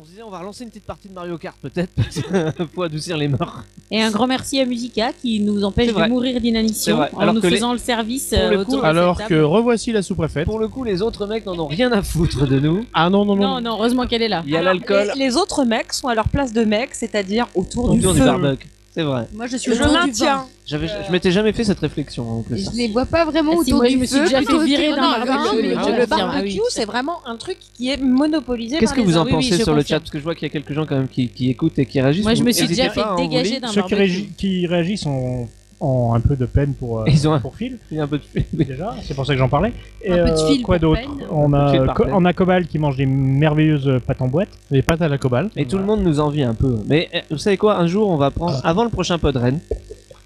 Speaker 1: On se disait, on va relancer une petite partie de Mario Kart peut-être parce que- pour adoucir les morts.
Speaker 6: Et un grand merci à Musica qui nous empêche
Speaker 1: C'est vrai.
Speaker 6: de mourir
Speaker 1: C'est
Speaker 6: d'inanition
Speaker 1: vrai.
Speaker 6: en
Speaker 1: Alors
Speaker 6: nous
Speaker 1: que les-
Speaker 6: faisant le service
Speaker 1: Pour le
Speaker 6: euh,
Speaker 1: coup,
Speaker 6: autour de cette
Speaker 3: Alors que
Speaker 6: table.
Speaker 3: revoici la sous-préfète.
Speaker 1: Pour le coup, les autres mecs n'en ont rien à foutre de nous.
Speaker 3: Ah non, non, non.
Speaker 6: Non, non, heureusement qu'elle est là.
Speaker 1: Il y a
Speaker 6: Ah,
Speaker 1: l'alcool
Speaker 5: Les, les autres mecs sont à leur place de mecs, c'est-à-dire autour du
Speaker 1: autour du
Speaker 5: feu.
Speaker 1: barbecue. C'est vrai.
Speaker 9: Moi, je suis
Speaker 5: Je
Speaker 9: autour du vin.
Speaker 5: maintiens.
Speaker 1: J'avais, je m'étais jamais fait cette réflexion en
Speaker 8: Et
Speaker 1: plus.
Speaker 8: Je les vois pas vraiment
Speaker 6: Ah, si,
Speaker 8: autour
Speaker 6: moi,
Speaker 8: du
Speaker 6: je me
Speaker 8: feu.
Speaker 6: suis déjà fait
Speaker 8: plutôt autour-
Speaker 6: virer
Speaker 8: non,
Speaker 6: d'un bar-
Speaker 8: le vin,
Speaker 6: oui, oui,
Speaker 8: mais le
Speaker 6: je le
Speaker 8: bar-
Speaker 6: confirme. Ah oui,
Speaker 5: barbecue,
Speaker 6: tout à fait.
Speaker 5: c'est vraiment un truc qui est monopolisé
Speaker 1: Qu'est-ce
Speaker 5: par
Speaker 1: que
Speaker 5: les
Speaker 1: vous en
Speaker 6: oui, oui,
Speaker 1: pensez
Speaker 6: je
Speaker 1: sur le
Speaker 6: confirme.
Speaker 1: chat Parce que je vois qu'il y a quelques gens quand même qui, qui écoutent et qui réagissent.
Speaker 6: Moi, je
Speaker 1: Vous
Speaker 6: me suis
Speaker 1: n'hésitez
Speaker 6: déjà
Speaker 1: pas
Speaker 6: fait
Speaker 5: hein,
Speaker 1: à envoyer-
Speaker 6: dégager d'un
Speaker 2: Ceux qui,
Speaker 6: barbecue.
Speaker 2: réagi- qui réagissent ont, ont un peu de peine pour, euh,
Speaker 1: Ils ont un-
Speaker 2: pour Phil,
Speaker 1: Il y a un peu de fil.
Speaker 2: déjà, c'est pour ça que j'en parlais. Et,
Speaker 9: peu de Phil
Speaker 2: quoi
Speaker 9: pour
Speaker 2: d'autre
Speaker 9: peine.
Speaker 2: on
Speaker 1: Un peu de Phil
Speaker 2: a, euh,
Speaker 1: par
Speaker 2: Co-
Speaker 1: peine.
Speaker 2: on a Cobal qui mange des merveilleuses euh, pâtes en boîte.
Speaker 3: Les pâtes à la cobale.
Speaker 1: Et tout le monde nous envie un peu. Mais eh, vous savez quoi Un jour, on va prendre, avant le prochain Podren,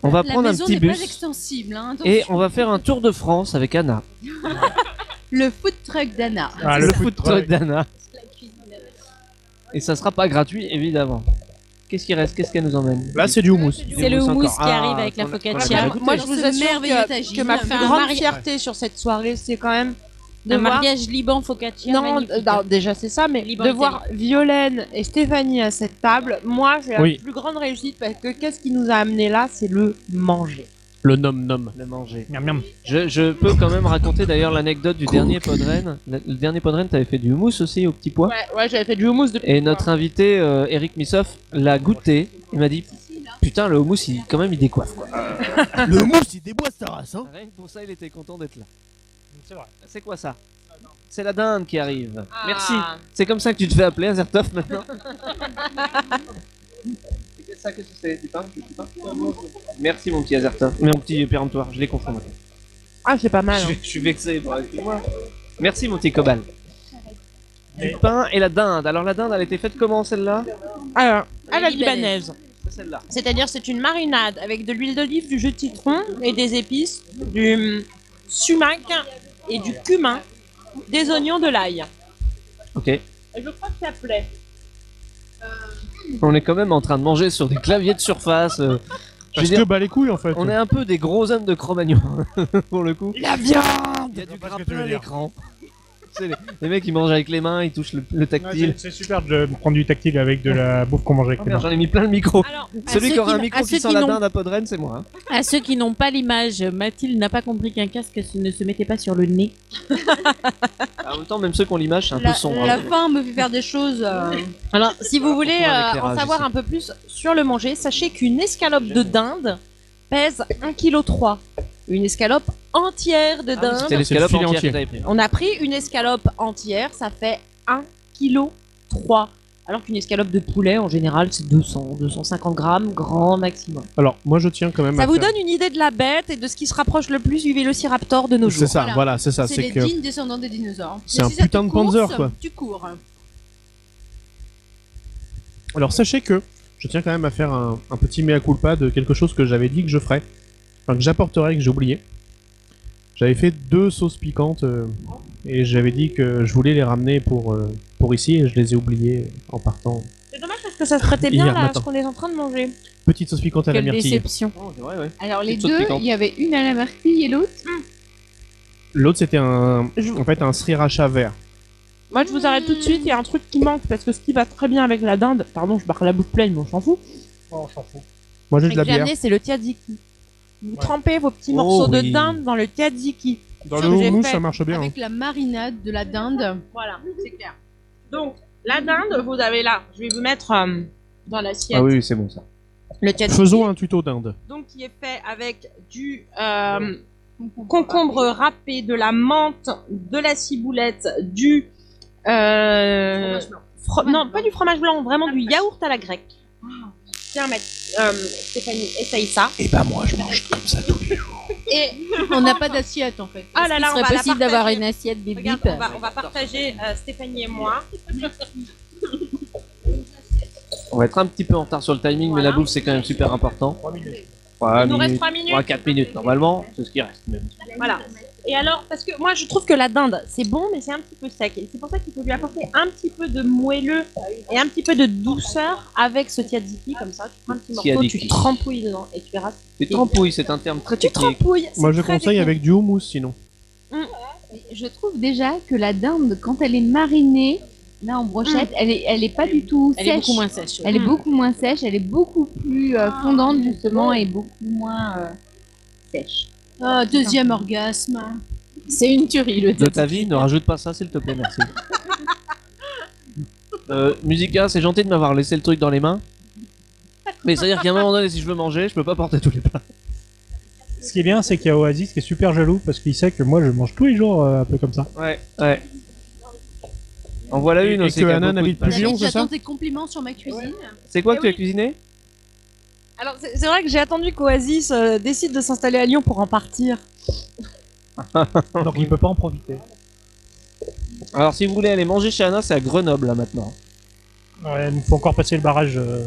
Speaker 1: on va
Speaker 9: La
Speaker 1: prendre un
Speaker 9: maison
Speaker 1: petit
Speaker 9: n'est pas
Speaker 1: bus
Speaker 9: extensible, hein, attention.
Speaker 1: et on va faire un tour de France avec Anna.
Speaker 9: Le food truck d'Anna.
Speaker 2: Ah,
Speaker 1: le
Speaker 2: le
Speaker 1: food truck d'Anna. Et ça sera pas gratuit, évidemment. Qu'est-ce qui reste Qu'est-ce qu'elle nous emmène
Speaker 3: Là, c'est du houmous.
Speaker 1: Du
Speaker 6: C'est le
Speaker 1: encore.
Speaker 6: houmous qui
Speaker 1: Ah,
Speaker 6: arrive avec la
Speaker 1: qu'on a- qu'on a
Speaker 6: focaccia.
Speaker 1: déjà
Speaker 9: Voilà.
Speaker 1: goûté.
Speaker 5: Moi, je
Speaker 9: Dans
Speaker 5: vous
Speaker 9: ce
Speaker 5: assure
Speaker 9: merveilleux
Speaker 5: que,
Speaker 9: tagine,
Speaker 5: que ma plus
Speaker 9: enfin, un
Speaker 5: grande
Speaker 6: mari-
Speaker 5: fierté sur cette soirée, c'est quand même de
Speaker 6: Un
Speaker 5: voir.
Speaker 6: mariage liban focaccia.
Speaker 5: Non,
Speaker 6: magnifique.
Speaker 5: euh, non, déjà c'est ça, mais
Speaker 6: Libre
Speaker 5: de
Speaker 6: Italie.
Speaker 5: voir Violaine et Stéphanie à cette table, moi j'ai
Speaker 3: Oui.
Speaker 5: la plus grande réussite parce que qu'est-ce qui nous a amené là C'est le manger.
Speaker 3: Le nom-nom.
Speaker 1: Le manger.
Speaker 2: Miam, miam.
Speaker 1: Je, je peux quand même raconter d'ailleurs l'anecdote du dernier Podren. Le, le dernier Podren, t'avais fait du houmous aussi au petit pois.
Speaker 5: Ouais, ouais j'avais fait du houmous depuis.
Speaker 1: Et notre invité euh, Eric Missoff l'a goûté. Il m'a dit Putain, le houmous, il, quand même, il décoiffe quoi.
Speaker 4: Le mousse, il déboîte sa race, hein
Speaker 1: Rien que pour ça, il était content d'être là.
Speaker 2: C'est vrai.
Speaker 1: C'est quoi ça C'est la dinde qui arrive.
Speaker 5: Ah.
Speaker 1: Merci. C'est comme ça que tu te fais appeler Azertov maintenant. C'est ça que tu sais, du pain, du pain. Merci mon petit Azertov. Mon petit péremptoire, je les confonds maintenant.
Speaker 5: Ah, c'est pas mal.
Speaker 1: Je,
Speaker 5: hein.
Speaker 1: je suis vexé pour être- Merci mon petit Cobal. Du pain et la dinde. Alors la dinde, elle a été faite comment celle-là
Speaker 5: Alors, à la
Speaker 6: Les Libanaises.
Speaker 5: libanaise.
Speaker 1: C'est celle-là.
Speaker 5: C'est-à-dire, c'est une marinade avec de l'huile d'olive, du jus de citron et des épices, du hum, sumac et du cumin, des oignons, de l'ail.
Speaker 1: Ok.
Speaker 5: Je crois que ça plaît.
Speaker 1: On est quand même en train de manger sur des claviers de surface. euh, je veux
Speaker 3: Parce
Speaker 1: dire,
Speaker 3: que bah les couilles en fait.
Speaker 1: on est un peu des gros hommes de Cro-Magnon pour le coup.
Speaker 5: La viande
Speaker 1: Il y a du
Speaker 2: vois pas
Speaker 1: gras
Speaker 2: ce que tu
Speaker 1: plein
Speaker 2: veux dire.
Speaker 1: l'écran. C'est les, les mecs ils mangent avec les mains, ils touchent le, le tactile.
Speaker 2: c'est super de prendre du tactile avec de la bouffe qu'on mange avec
Speaker 1: Oh
Speaker 2: les
Speaker 1: merde,
Speaker 2: mains.
Speaker 1: J'en ai mis plein le micro.
Speaker 5: Alors, à
Speaker 1: Celui
Speaker 5: ceux
Speaker 1: qui aura un
Speaker 5: n-
Speaker 1: micro
Speaker 5: à
Speaker 1: qui
Speaker 5: ceux
Speaker 1: sent la
Speaker 5: n'ont-
Speaker 1: dinde à Podren, c'est moi. hein.
Speaker 6: À ceux qui n'ont pas l'image, Mathilde n'a pas compris qu'un casque ne se mettait pas sur le nez.
Speaker 1: En même temps, Ah, même ceux qui ont l'image, c'est un peu
Speaker 9: La,
Speaker 1: sombre.
Speaker 9: la
Speaker 1: hein.
Speaker 9: fin me fait faire des choses. euh,
Speaker 5: Alors, si vous voulez
Speaker 1: on a
Speaker 5: euh,
Speaker 1: l'éclairage
Speaker 5: en savoir
Speaker 1: ici.
Speaker 5: un peu plus sur le manger, sachez qu'une escalope de dinde pèse 1,3 kg. Une escalope entière de
Speaker 1: Ah oui,
Speaker 5: dinde.
Speaker 1: C'était l'escalope
Speaker 3: C'est le filet
Speaker 1: entière que
Speaker 3: entier.
Speaker 1: t'avais pris.
Speaker 5: On a pris une escalope entière, ça fait 1,3 kg. Alors qu'une escalope de poulet, en général, c'est 200, 250 grammes, grand maximum.
Speaker 3: Alors moi je tiens quand même. à
Speaker 5: Ça vous
Speaker 3: faire-
Speaker 5: donne une idée de la bête et de ce qui se rapproche le plus du vélociraptor de nos
Speaker 3: C'est
Speaker 5: jours.
Speaker 3: ça,
Speaker 9: Voilà.
Speaker 3: voilà, c'est ça.
Speaker 9: c'est
Speaker 3: C'est
Speaker 9: les
Speaker 3: que.
Speaker 9: dignes descendants des dinosaures.
Speaker 3: C'est
Speaker 9: Et
Speaker 3: un
Speaker 9: si ça te
Speaker 3: putain de
Speaker 9: course,
Speaker 3: Panzer, quoi.
Speaker 9: Tu cours. hein.
Speaker 3: Alors sachez que je tiens quand même à faire un, un petit mea culpa de quelque chose que j'avais dit que je ferais, enfin que j'apporterais que j'ai oublié. J'avais fait deux sauces piquantes euh, et j'avais dit que je voulais les ramener pour euh, pour ici et je les ai oubliées en partant.
Speaker 5: C'est dommage parce que ça se prêtait
Speaker 3: Hier
Speaker 5: bien là, à
Speaker 3: matin.
Speaker 5: ce qu'on est en train de manger.
Speaker 3: Petite sauce piquante à la
Speaker 6: Quelle
Speaker 3: myrtille.
Speaker 6: déception.
Speaker 5: Ah
Speaker 1: Oh, c'est vrai, ouais.
Speaker 8: Alors les
Speaker 1: Petite saute
Speaker 8: deux,
Speaker 1: piquante.
Speaker 8: il y avait une à la marquille et l'autre.
Speaker 3: L'autre c'était un en fait un sriracha vert.
Speaker 5: Moi, je vous arrête tout de suite. Il y a un truc qui manque parce que ce qui va très bien avec la dinde, pardon, je barre la bouche pleine, mais on s'en fout.
Speaker 2: Oh, on s'en fout.
Speaker 3: Moi j'ai de
Speaker 5: Mais
Speaker 3: la
Speaker 5: que j'ai
Speaker 3: bière.
Speaker 5: amené, c'est le tzatziki. Vous
Speaker 2: Ouais.
Speaker 5: trempez vos petits
Speaker 1: Oh
Speaker 5: morceaux de
Speaker 1: oui.
Speaker 5: dinde dans le tzatziki.
Speaker 3: Dans
Speaker 5: ce
Speaker 3: le
Speaker 5: que j'ai
Speaker 3: houmous
Speaker 5: fait
Speaker 3: ça marche bien. hein.
Speaker 8: Avec la marinade de la dinde.
Speaker 5: Voilà, c'est clair. Donc, la dinde, vous avez là. Je vais vous mettre euh, dans l'assiette
Speaker 1: Ah oui, c'est bon ça.
Speaker 5: le tzatziki.
Speaker 3: hein. Faisons un tuto d'Inde.
Speaker 5: Donc, qui est fait avec du euh, concombre râpé, de la menthe, de la ciboulette, du. euh, fro- non, pas du fromage blanc, vraiment du Ah. yaourt à la grecque. Tiens, Math- euh, Stéphanie, essaye ça.
Speaker 10: Et bah moi, je mange comme ça tous les jours.
Speaker 8: Et on n'a pas d'assiette en fait.
Speaker 5: Ah là
Speaker 6: Il
Speaker 5: là, on
Speaker 6: serait
Speaker 5: va la
Speaker 6: possible d'avoir
Speaker 5: partager.
Speaker 6: une assiette bip
Speaker 5: Regarde,
Speaker 6: bip.
Speaker 5: on va, on va partager euh, Stéphanie et moi.
Speaker 1: On va être un petit peu en retard sur le timing, mais
Speaker 5: Voilà.
Speaker 1: la bouffe c'est quand même super important. 3 minutes. 3
Speaker 5: Il nous reste
Speaker 1: minutes.
Speaker 5: 3 minutes.
Speaker 1: 4 minutes normalement, c'est ce qui reste même.
Speaker 5: Voilà. Et alors, parce que moi je trouve que la dinde c'est bon, mais c'est un petit peu sec. Et c'est pour ça qu'il faut lui apporter un petit peu de moelleux et un petit peu de douceur avec ce tzatziki. Comme ça, tu prends un petit morceau,
Speaker 1: Tzatziki.
Speaker 5: tu trempouilles dedans et tu verras.
Speaker 1: Les trampouilles, c'est un terme très
Speaker 5: Tu
Speaker 1: technique.
Speaker 5: trempouilles. c'est
Speaker 3: Moi je
Speaker 5: très
Speaker 3: conseille
Speaker 5: technique.
Speaker 3: avec du houmous sinon.
Speaker 8: Je trouve déjà que la dinde, quand elle est marinée, Là, en brochette,
Speaker 9: Mm.
Speaker 8: elle est, elle est pas du tout
Speaker 6: Elle
Speaker 8: sèche.
Speaker 6: est beaucoup moins sèche. oui.
Speaker 8: Elle est beaucoup moins sèche, elle est beaucoup plus
Speaker 9: Ah,
Speaker 8: euh, fondante justement et beaucoup moins euh, sèche.
Speaker 9: Ah, deuxième orgasme.
Speaker 6: C'est une tuerie le
Speaker 1: De ta vie, ne rajoute pas ça, s'il te plaît, merci. euh, Musica, c'est gentil de m'avoir laissé le truc dans les mains. Mais c'est-à-dire qu'à un moment donné, si je veux manger, je peux pas porter tous les plats.
Speaker 2: Ce qui est bien, c'est qu'il y a Oasis qui est super jaloux parce qu'il sait que moi je mange tous les jours euh, un peu comme ça.
Speaker 1: Ouais, ouais. En voilà
Speaker 3: Et-
Speaker 1: une
Speaker 3: et
Speaker 1: aussi.
Speaker 3: que
Speaker 1: qui a
Speaker 3: Anna
Speaker 1: beaucoup de
Speaker 3: n'habite plus
Speaker 1: passion.
Speaker 3: Lyon, c'est ça
Speaker 9: J'attends tes compliments sur ma cuisine.
Speaker 1: C'est quoi
Speaker 5: Eh
Speaker 1: que tu as
Speaker 5: oui.
Speaker 1: cuisiné
Speaker 5: Alors, c'est c'est vrai que j'ai attendu qu'Oasis euh, décide de s'installer à Lyon pour en partir.
Speaker 2: Donc il peut pas en profiter.
Speaker 1: Alors, si vous voulez aller manger chez Anna, c'est à Grenoble là maintenant.
Speaker 2: Ouais, il nous faut encore passer le barrage euh,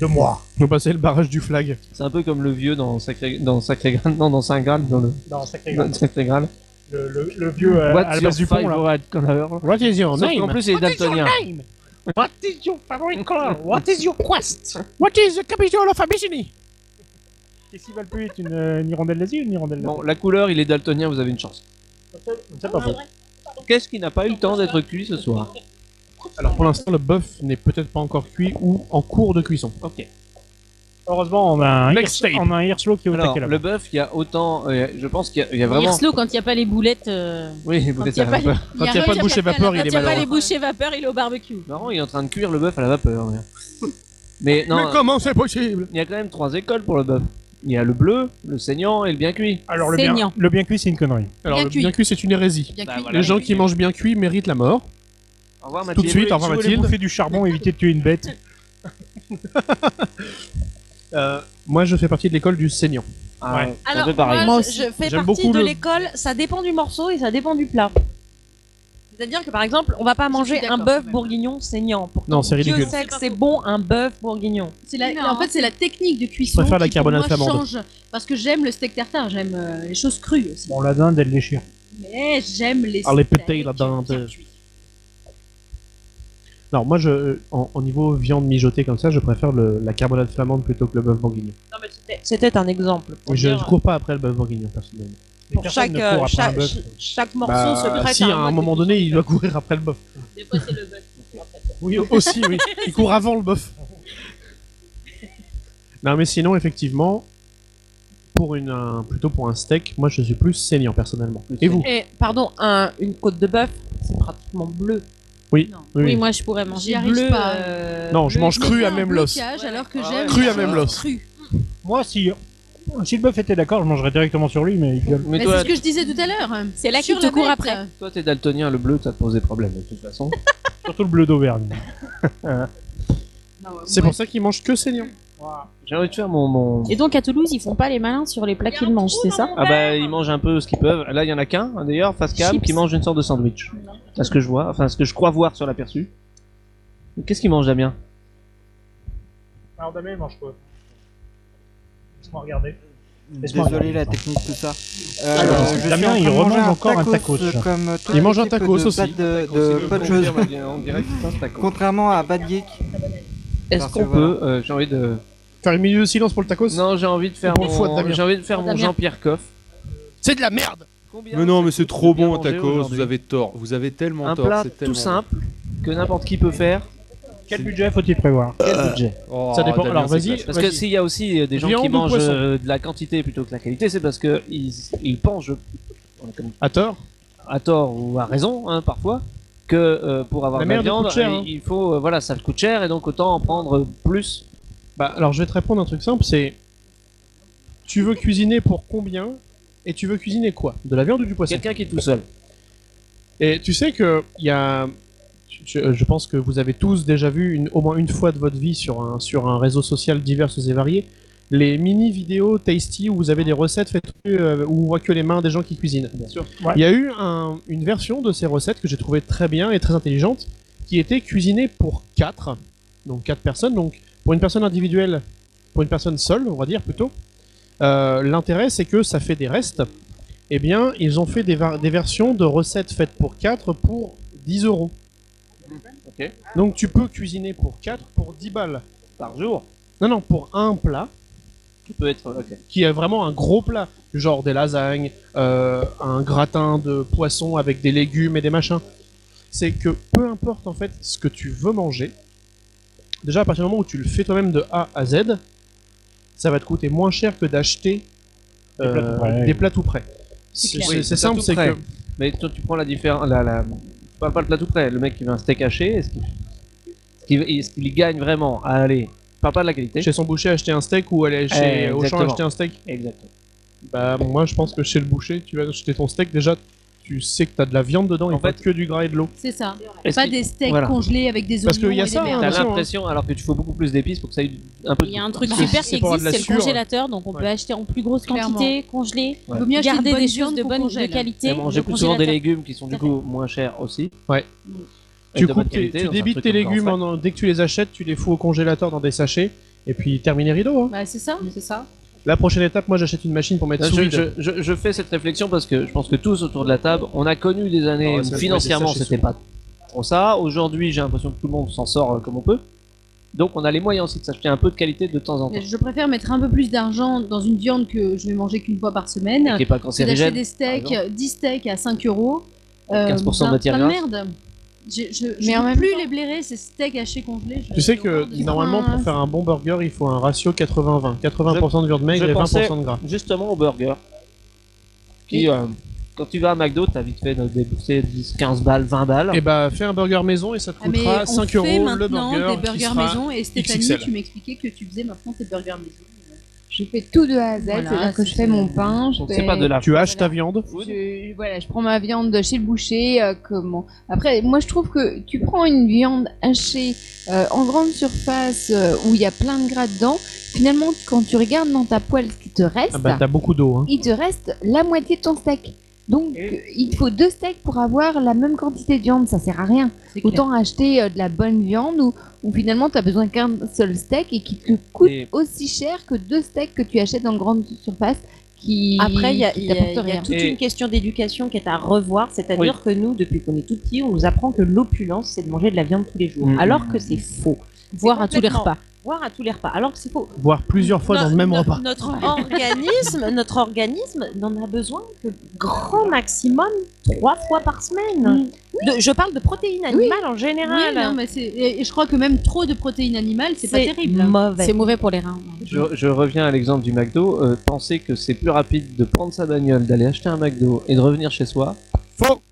Speaker 2: de moi.
Speaker 3: Nous passer le barrage du flag.
Speaker 1: C'est un peu comme le vieux dans Sacré, dans Sacré Graal, non, dans Saint Graal, dans le
Speaker 2: Non, sacré
Speaker 1: dans le Sacré Graal.
Speaker 2: Le, le, le vieux euh, à la base du pont là.
Speaker 3: What is your
Speaker 1: Sauf qu'en plus, il est daltonien.
Speaker 3: What is your favorite color? What is your quest? What is the capital of Abyssinie?
Speaker 2: Qu'est-ce qui va le plus vite une, euh, une hirondelle d'Asie ou une hirondelle
Speaker 1: Bon, la couleur, il est daltonien, vous avez une chance.
Speaker 2: d'Asie C'est pas faux.
Speaker 1: Qu'est-ce qui n'a pas eu le temps d'être cuit ce soir
Speaker 3: Alors pour l'instant, le bœuf n'est peut-être pas encore cuit ou en cours de cuisson.
Speaker 1: Ok.
Speaker 2: Heureusement, on a un,
Speaker 3: Next
Speaker 2: hirslo-
Speaker 3: tape.
Speaker 2: on a un hirslo qui est au
Speaker 1: Alors,
Speaker 2: taquet là.
Speaker 1: le bœuf, il y a autant. euh, je pense qu'il y a- il y, a
Speaker 6: Vraiment...
Speaker 1: vraiment.
Speaker 6: quand il n'y a pas les boulettes. euh,
Speaker 1: Oui,
Speaker 6: Quand
Speaker 1: peut-être
Speaker 6: il y a
Speaker 1: à la
Speaker 6: pas les-
Speaker 1: vapeur.
Speaker 3: Quand il n'y a pas de bouche
Speaker 6: Quand
Speaker 3: vapeur,
Speaker 6: il
Speaker 3: il est
Speaker 6: n'y a pas les
Speaker 3: malheureux.
Speaker 6: bouchées vapeur, il est au barbecue.
Speaker 1: Marrant, il est en train de cuire le bœuf à la vapeur. ouais. Mais non,
Speaker 3: comment c'est possible?
Speaker 1: il y a quand même trois écoles pour le bœuf. Il y a le bleu, le saignant et le bien cuit.
Speaker 2: Alors le bien,
Speaker 6: Saignant.
Speaker 2: le bien cuit, c'est une connerie.
Speaker 3: Alors
Speaker 9: Bien
Speaker 3: le
Speaker 9: cuit.
Speaker 3: bien cuit, c'est une hérésie.
Speaker 9: Bien
Speaker 1: Bah,
Speaker 9: cuit.
Speaker 1: voilà.
Speaker 3: Les gens qui mangent bien cuit méritent la mort.
Speaker 1: Au revoir,
Speaker 3: Tout de
Speaker 1: Mathilde.
Speaker 3: suite, au revoir
Speaker 2: Si vous voulez
Speaker 3: Mathilde.
Speaker 2: bouffer du charbon, évitez de tuer une bête.
Speaker 3: Euh, moi, je fais partie de l'école du saignant.
Speaker 1: Ah,
Speaker 2: Ouais.
Speaker 1: ça
Speaker 5: Alors,
Speaker 1: fait pareil.
Speaker 5: moi,
Speaker 9: Moi
Speaker 5: je-
Speaker 9: aussi.
Speaker 5: je fais
Speaker 3: J'aime
Speaker 5: partie
Speaker 3: beaucoup
Speaker 5: de
Speaker 3: le-
Speaker 5: l'école, ça dépend du morceau et ça dépend du plat. C'est-à-dire que, par exemple, on va pas manger un
Speaker 9: d'accord,
Speaker 5: bœuf
Speaker 9: quand même.
Speaker 5: bourguignon saignant. Pour
Speaker 3: Non, c'est
Speaker 5: Dieu
Speaker 3: ridicule.
Speaker 5: sait que c'est bon un bœuf bourguignon.
Speaker 9: C'est la-
Speaker 8: Non.
Speaker 9: en fait, c'est la technique de cuisson
Speaker 3: préfère la
Speaker 9: qui pour
Speaker 3: carbonate
Speaker 9: moi
Speaker 3: flamande.
Speaker 9: change. Parce que j'aime le steak tartare, j'aime euh, les choses crues aussi.
Speaker 2: Bon, la dinde, elle déchire.
Speaker 9: Mais j'aime les.
Speaker 3: Ah, les
Speaker 9: steaks
Speaker 3: pétés, la dinde. euh,
Speaker 9: bien cuits.
Speaker 3: Alors moi, je, euh, en, en niveau viande mijotée comme ça, je préfère le- la carbonade flamande plutôt que le bœuf bourguignon.
Speaker 5: C'était un exemple. pour
Speaker 3: Je ne
Speaker 5: dire,
Speaker 3: cours pas après le bœuf bourguignon personnellement.
Speaker 2: Mais
Speaker 5: pour
Speaker 2: personne
Speaker 5: chaque,
Speaker 2: ne court
Speaker 5: euh,
Speaker 2: après un
Speaker 5: chaque,
Speaker 2: bœuf.
Speaker 5: ch- chaque morceau se
Speaker 3: Bah,
Speaker 5: prête
Speaker 3: si, à un
Speaker 5: mode
Speaker 3: moment
Speaker 5: de
Speaker 3: donné, il doit courir après le bœuf.
Speaker 6: Des fois, c'est le bœuf.
Speaker 3: Oui, aussi, oui. Il court avant le bœuf. Non, mais sinon, effectivement, pour une, un- plutôt pour un steak, moi, je suis plus saignant personnellement. Et vous
Speaker 5: Et pardon, un- une côte de bœuf, c'est pratiquement bleu.
Speaker 3: Oui,
Speaker 6: Oui,
Speaker 3: oui.
Speaker 6: moi je pourrais manger
Speaker 9: J'y arrive
Speaker 6: bleu.
Speaker 9: pas.
Speaker 5: Euh,
Speaker 3: Non, je
Speaker 5: bleu,
Speaker 3: mange
Speaker 9: Mais
Speaker 3: cru
Speaker 9: c'est
Speaker 3: à
Speaker 9: un
Speaker 3: même l'os.
Speaker 9: blocage, alors que
Speaker 1: Ouais.
Speaker 9: j'aime
Speaker 3: Cru à
Speaker 9: les
Speaker 3: même
Speaker 9: choses
Speaker 3: l'os.
Speaker 9: crues.
Speaker 2: Moi, si, si le bœuf était d'accord, je mangerais directement sur lui, mais il gueule.
Speaker 1: Mais
Speaker 9: Mais
Speaker 1: toi,
Speaker 9: c'est ce que je disais tout à l'heure.
Speaker 6: C'est là
Speaker 9: Sur
Speaker 6: qu'il te
Speaker 9: la
Speaker 6: court
Speaker 9: bête.
Speaker 6: après.
Speaker 1: toi, t'es daltonien, le bleu, ça te pose des problèmes de toute façon.
Speaker 2: Surtout le bleu d'Auvergne.
Speaker 3: C'est pour ça qu'ils mangent que saignant.
Speaker 1: J'ai envie de faire mon. mon...
Speaker 6: Et donc à Toulouse, ils font pas les malins sur les plats qu'ils mangent, c'est ça
Speaker 1: Ah bah, ils mangent un peu ce qu'ils peuvent. Là, il y en a qu'un, hein, d'ailleurs, face cam,
Speaker 6: Chips.
Speaker 1: qui mange une sorte de sandwich. À ce que je vois, enfin, ce que je crois voir sur l'aperçu. Qu'est-ce qu'il mange, Damien
Speaker 2: Alors, Damien, il mange quoi Laisse-moi regarder. Laisse-moi
Speaker 11: Désolé
Speaker 2: regarder.
Speaker 11: la technique tout ça. Euh,
Speaker 2: Alors,
Speaker 11: je suis
Speaker 2: Damien,
Speaker 11: en train
Speaker 2: il
Speaker 11: de
Speaker 2: remange
Speaker 11: manger
Speaker 2: encore un tacos.
Speaker 11: euh, Comme toute
Speaker 3: Il mange un
Speaker 11: l'équipe
Speaker 3: tacos
Speaker 11: de
Speaker 3: aussi.
Speaker 11: Bad- de, Euh, de Bad Chose.
Speaker 1: On dirait que c'est un taco.
Speaker 11: Contrairement à Bad Geek.
Speaker 1: Est-ce
Speaker 11: Parce
Speaker 1: qu'on
Speaker 11: que voilà.
Speaker 1: peut euh, J'ai envie de.
Speaker 3: Faire une minute de silence pour le tacos
Speaker 1: Non, j'ai envie de faire
Speaker 3: Pour le foie de
Speaker 1: mon.
Speaker 3: Damien.
Speaker 1: J'ai envie de faire mon
Speaker 6: Damien.
Speaker 1: Jean-Pierre Coff.
Speaker 3: C'est de la merde
Speaker 1: Combien
Speaker 11: Mais non, mais c'est trop
Speaker 1: bien
Speaker 11: bon un
Speaker 1: manger
Speaker 11: tacos,
Speaker 1: aujourd'hui.
Speaker 11: vous avez tort. Vous avez tellement
Speaker 1: Un
Speaker 11: tort.
Speaker 1: plat
Speaker 11: c'est
Speaker 1: tout
Speaker 11: tellement
Speaker 1: simple que n'importe qui peut faire.
Speaker 2: Quel budget faut-il prévoir
Speaker 1: Quel budget
Speaker 11: bon. Oh,
Speaker 3: Ça dépend. Alors,
Speaker 11: c'est
Speaker 3: vas-y.
Speaker 11: classe.
Speaker 1: Parce que
Speaker 3: Vas-y.
Speaker 1: s'il y a aussi euh, des gens
Speaker 3: Viande
Speaker 1: qui
Speaker 3: ou
Speaker 1: mangent
Speaker 3: poisson
Speaker 1: euh, de la quantité plutôt que la qualité, c'est parce que ils, ils pensent, je- on est comme-
Speaker 3: À tort
Speaker 1: à tort ou à raison, hein, parfois, que euh, pour avoir
Speaker 3: La
Speaker 1: de la
Speaker 3: merde
Speaker 1: viande,
Speaker 3: coûte cher,
Speaker 1: il-
Speaker 3: hein.
Speaker 1: il faut, euh, voilà, ça coûte cher et donc autant en prendre plus.
Speaker 3: Bah, alors je vais te répondre un truc simple, c'est... Tu veux cuisiner pour combien Et tu veux cuisiner quoi De la viande ou du poisson
Speaker 1: Quelqu'un qui est tout seul.
Speaker 3: Et tu sais que il y a... tu- tu- euh, Je pense que vous avez tous déjà vu une- au moins une fois de votre vie sur un, sur un réseau social divers et varié les mini vidéos tasty où vous avez des recettes faites euh, où on voit que les mains des gens qui cuisinent. Bien sûr.
Speaker 2: Ouais.
Speaker 3: Il y a eu un- une version de ces recettes que j'ai trouvé très bien et très intelligente qui était cuisinée pour 4 donc 4 personnes donc pour une personne individuelle pour une personne seule, on va dire plutôt, euh, l'intérêt c'est que ça fait des restes. Eh bien, ils ont fait des, va- des versions de recettes faites pour 4 pour 10 euros.
Speaker 1: Ok.
Speaker 3: Donc tu peux cuisiner pour 4 pour 10 balles.
Speaker 1: Par jour,
Speaker 3: Non, non, pour un plat
Speaker 1: tout peut être. ok.
Speaker 3: qui est vraiment un gros plat, genre des lasagnes, euh, un gratin de poisson avec des légumes et des machins. c'est que peu importe en fait ce que tu veux manger, déjà à partir du moment où tu le fais toi-même de A à Z, ça va te coûter moins cher que d'acheter
Speaker 1: Des plats tout
Speaker 3: euh,
Speaker 1: prêts.
Speaker 3: des plats tout prêts.
Speaker 1: C'est
Speaker 3: C'est
Speaker 1: clair.
Speaker 3: c'est-
Speaker 1: Oui,
Speaker 3: c'est
Speaker 1: t'as
Speaker 3: simple,
Speaker 1: tout
Speaker 3: c'est
Speaker 1: prêt.
Speaker 3: que
Speaker 1: Mais toi, tu prends la différence. La, la... Pas, pas le plat tout prêt, le mec qui veut un steak haché, est-ce qu'il est-ce qu'il- est-ce qu'il gagne vraiment à aller Parle pas de la qualité.
Speaker 3: chez son boucher acheter un steak ou aller chez
Speaker 1: Eh,
Speaker 3: Auchan
Speaker 1: exactement.
Speaker 3: acheter un steak.
Speaker 1: Exactement.
Speaker 3: Bah moi je pense que chez le boucher, tu vas acheter ton steak déjà, tu sais que t'as de la viande dedans, et pas que du gras et de l'eau.
Speaker 9: C'est ça.
Speaker 1: Est-ce
Speaker 9: Pas
Speaker 1: qu'il-
Speaker 9: des hein. steaks
Speaker 1: voilà.
Speaker 9: congelés avec des oignons
Speaker 3: Parce qu'il y a
Speaker 9: et
Speaker 3: ça, hein.
Speaker 9: des
Speaker 1: T'as
Speaker 9: merdes.
Speaker 1: l'impression, alors que tu fais beaucoup plus d'épices pour que ça ait du- un peu de
Speaker 6: Il y a
Speaker 1: goût.
Speaker 6: un truc
Speaker 1: Parce que
Speaker 6: super
Speaker 1: si
Speaker 6: qui
Speaker 1: pour avoir
Speaker 6: existe,
Speaker 1: de la
Speaker 6: c'est le
Speaker 1: sueur,
Speaker 6: congélateur, donc on peut acheter en plus grosse quantité,
Speaker 9: Clairement.
Speaker 6: congeler,
Speaker 1: Ouais.
Speaker 9: Vaut mieux acheter
Speaker 6: garder
Speaker 9: une bonne
Speaker 6: des choses
Speaker 9: viande
Speaker 6: de
Speaker 9: qu'on
Speaker 6: bonne de
Speaker 9: congèle.
Speaker 6: qualité.
Speaker 1: Et manger
Speaker 6: le
Speaker 1: Eh, plus souvent des
Speaker 6: congélateur.
Speaker 1: légumes qui sont du coup moins chers aussi.
Speaker 3: Ouais.
Speaker 1: Et de
Speaker 3: Tu,
Speaker 1: bonne
Speaker 3: coupes tes-
Speaker 1: qualité,
Speaker 3: tu
Speaker 1: dans un
Speaker 3: débites
Speaker 1: truc
Speaker 3: tes
Speaker 1: comme ça, en
Speaker 3: légumes,
Speaker 1: fait.
Speaker 3: en- en- dès que tu les achètes, tu les fous au congélateur dans des sachets, et puis terminer rideau. hein.
Speaker 9: Bah, c'est ça, c'est ça.
Speaker 3: La prochaine étape, moi j'achète une machine pour mettre
Speaker 1: Non,
Speaker 3: sous
Speaker 1: je,
Speaker 3: vide.
Speaker 1: je, je, je fais cette réflexion parce que je pense que tous autour de la table, on a connu des années
Speaker 3: Ah ouais,
Speaker 1: où
Speaker 3: ça, je
Speaker 1: financièrement
Speaker 3: mettais ça chez
Speaker 1: c'était
Speaker 3: soi.
Speaker 1: pas trop ça. Aujourd'hui, j'ai l'impression que tout le monde s'en sort euh, comme on peut. Donc on a les moyens aussi de s'acheter un peu de qualité de temps en temps.
Speaker 9: Je préfère mettre un peu plus d'argent dans une viande que je vais manger qu'une fois par semaine.
Speaker 1: Et qui est pas
Speaker 9: que d'acheter
Speaker 1: cancérigène.
Speaker 9: des steaks,
Speaker 1: par exemple.
Speaker 9: 10 steaks à 5 euros. euh,
Speaker 1: 15% de
Speaker 9: plein-
Speaker 1: matière
Speaker 9: plein de
Speaker 1: grasse.
Speaker 9: merde. Je, je, je
Speaker 8: Mais en
Speaker 9: peux
Speaker 8: même
Speaker 9: plus
Speaker 8: temps-
Speaker 9: les blairer, ces steaks hachés congelés. je-
Speaker 3: Tu sais que
Speaker 9: je-
Speaker 3: normalement pour faire un bon burger, il faut un ratio 80-20. 80% de viande maigre
Speaker 1: Je
Speaker 3: et 20%
Speaker 1: pensais
Speaker 3: de gras.
Speaker 1: justement au burger. Qui, euh, quand tu vas à McDo, t'as vite fait de débourser 10, 15 balles, 20 balles.
Speaker 3: Et bah fais un burger maison et ça te
Speaker 9: Ah, mais
Speaker 3: coûtera
Speaker 9: on
Speaker 3: 5
Speaker 9: fait
Speaker 3: euros le
Speaker 9: maintenant
Speaker 3: burger.
Speaker 9: des
Speaker 3: qui
Speaker 9: burgers
Speaker 3: sera-
Speaker 9: maison et Stéphanie,
Speaker 3: XXL.
Speaker 9: tu m'expliquais que tu faisais maintenant tes burgers maison.
Speaker 8: Je fais tout de A à Z,
Speaker 9: Voilà,
Speaker 8: c'est-à-dire que
Speaker 9: c'est-
Speaker 8: je fais mon pain, je
Speaker 1: Donc
Speaker 8: fais...
Speaker 1: c'est pas de la
Speaker 3: Tu haches ta viande.
Speaker 8: Je, voilà, je prends ma viande de chez le boucher. euh, comment Après, moi, je trouve que tu prends une viande hachée euh, en grande surface euh, où il y a plein de gras dedans. Finalement, quand tu regardes dans ta poêle ce qui te reste,
Speaker 3: Ah bah t'as beaucoup d'eau. Hein.
Speaker 8: il te reste la moitié de ton steak. Donc, euh, il te faut deux steaks pour avoir la même quantité de viande. Ça sert à rien. Autant acheter euh, de la bonne viande où, où finalement, tu as besoin qu'un seul steak et qui te coûte
Speaker 1: Et-
Speaker 8: aussi cher que deux steaks que tu achètes en grande surface. Qui,
Speaker 12: Après, il y a,
Speaker 8: qui
Speaker 12: il y a-
Speaker 8: t'apportent
Speaker 12: il y a
Speaker 8: rien.
Speaker 12: toute
Speaker 1: Et-
Speaker 12: une question d'éducation qui est à revoir, c'est-à-dire que nous, depuis qu'on est tout petit, on nous apprend que l'opulence, c'est de manger de la viande tous les jours,
Speaker 3: Mhm.
Speaker 12: alors que Mm. c'est faux.
Speaker 6: Voire à tous les repas.
Speaker 12: Voir à tous les repas, alors que c'est faux.
Speaker 3: Voire plusieurs fois dans le même
Speaker 12: No- no-
Speaker 3: repas.
Speaker 12: Notre organisme, notre organisme n'en a besoin que grand maximum trois fois par semaine. De- je parle de protéines animales en général.
Speaker 9: Oui, non, mais c'est- et, et je crois que même trop de protéines animales, c'est pas
Speaker 12: C'est
Speaker 9: terrible.
Speaker 12: mauvais.
Speaker 6: C'est mauvais pour les reins.
Speaker 1: Je, je reviens à l'exemple du McDo. euh, penser que c'est plus rapide de prendre sa bagnole, d'aller acheter un McDo et de revenir chez soi, faux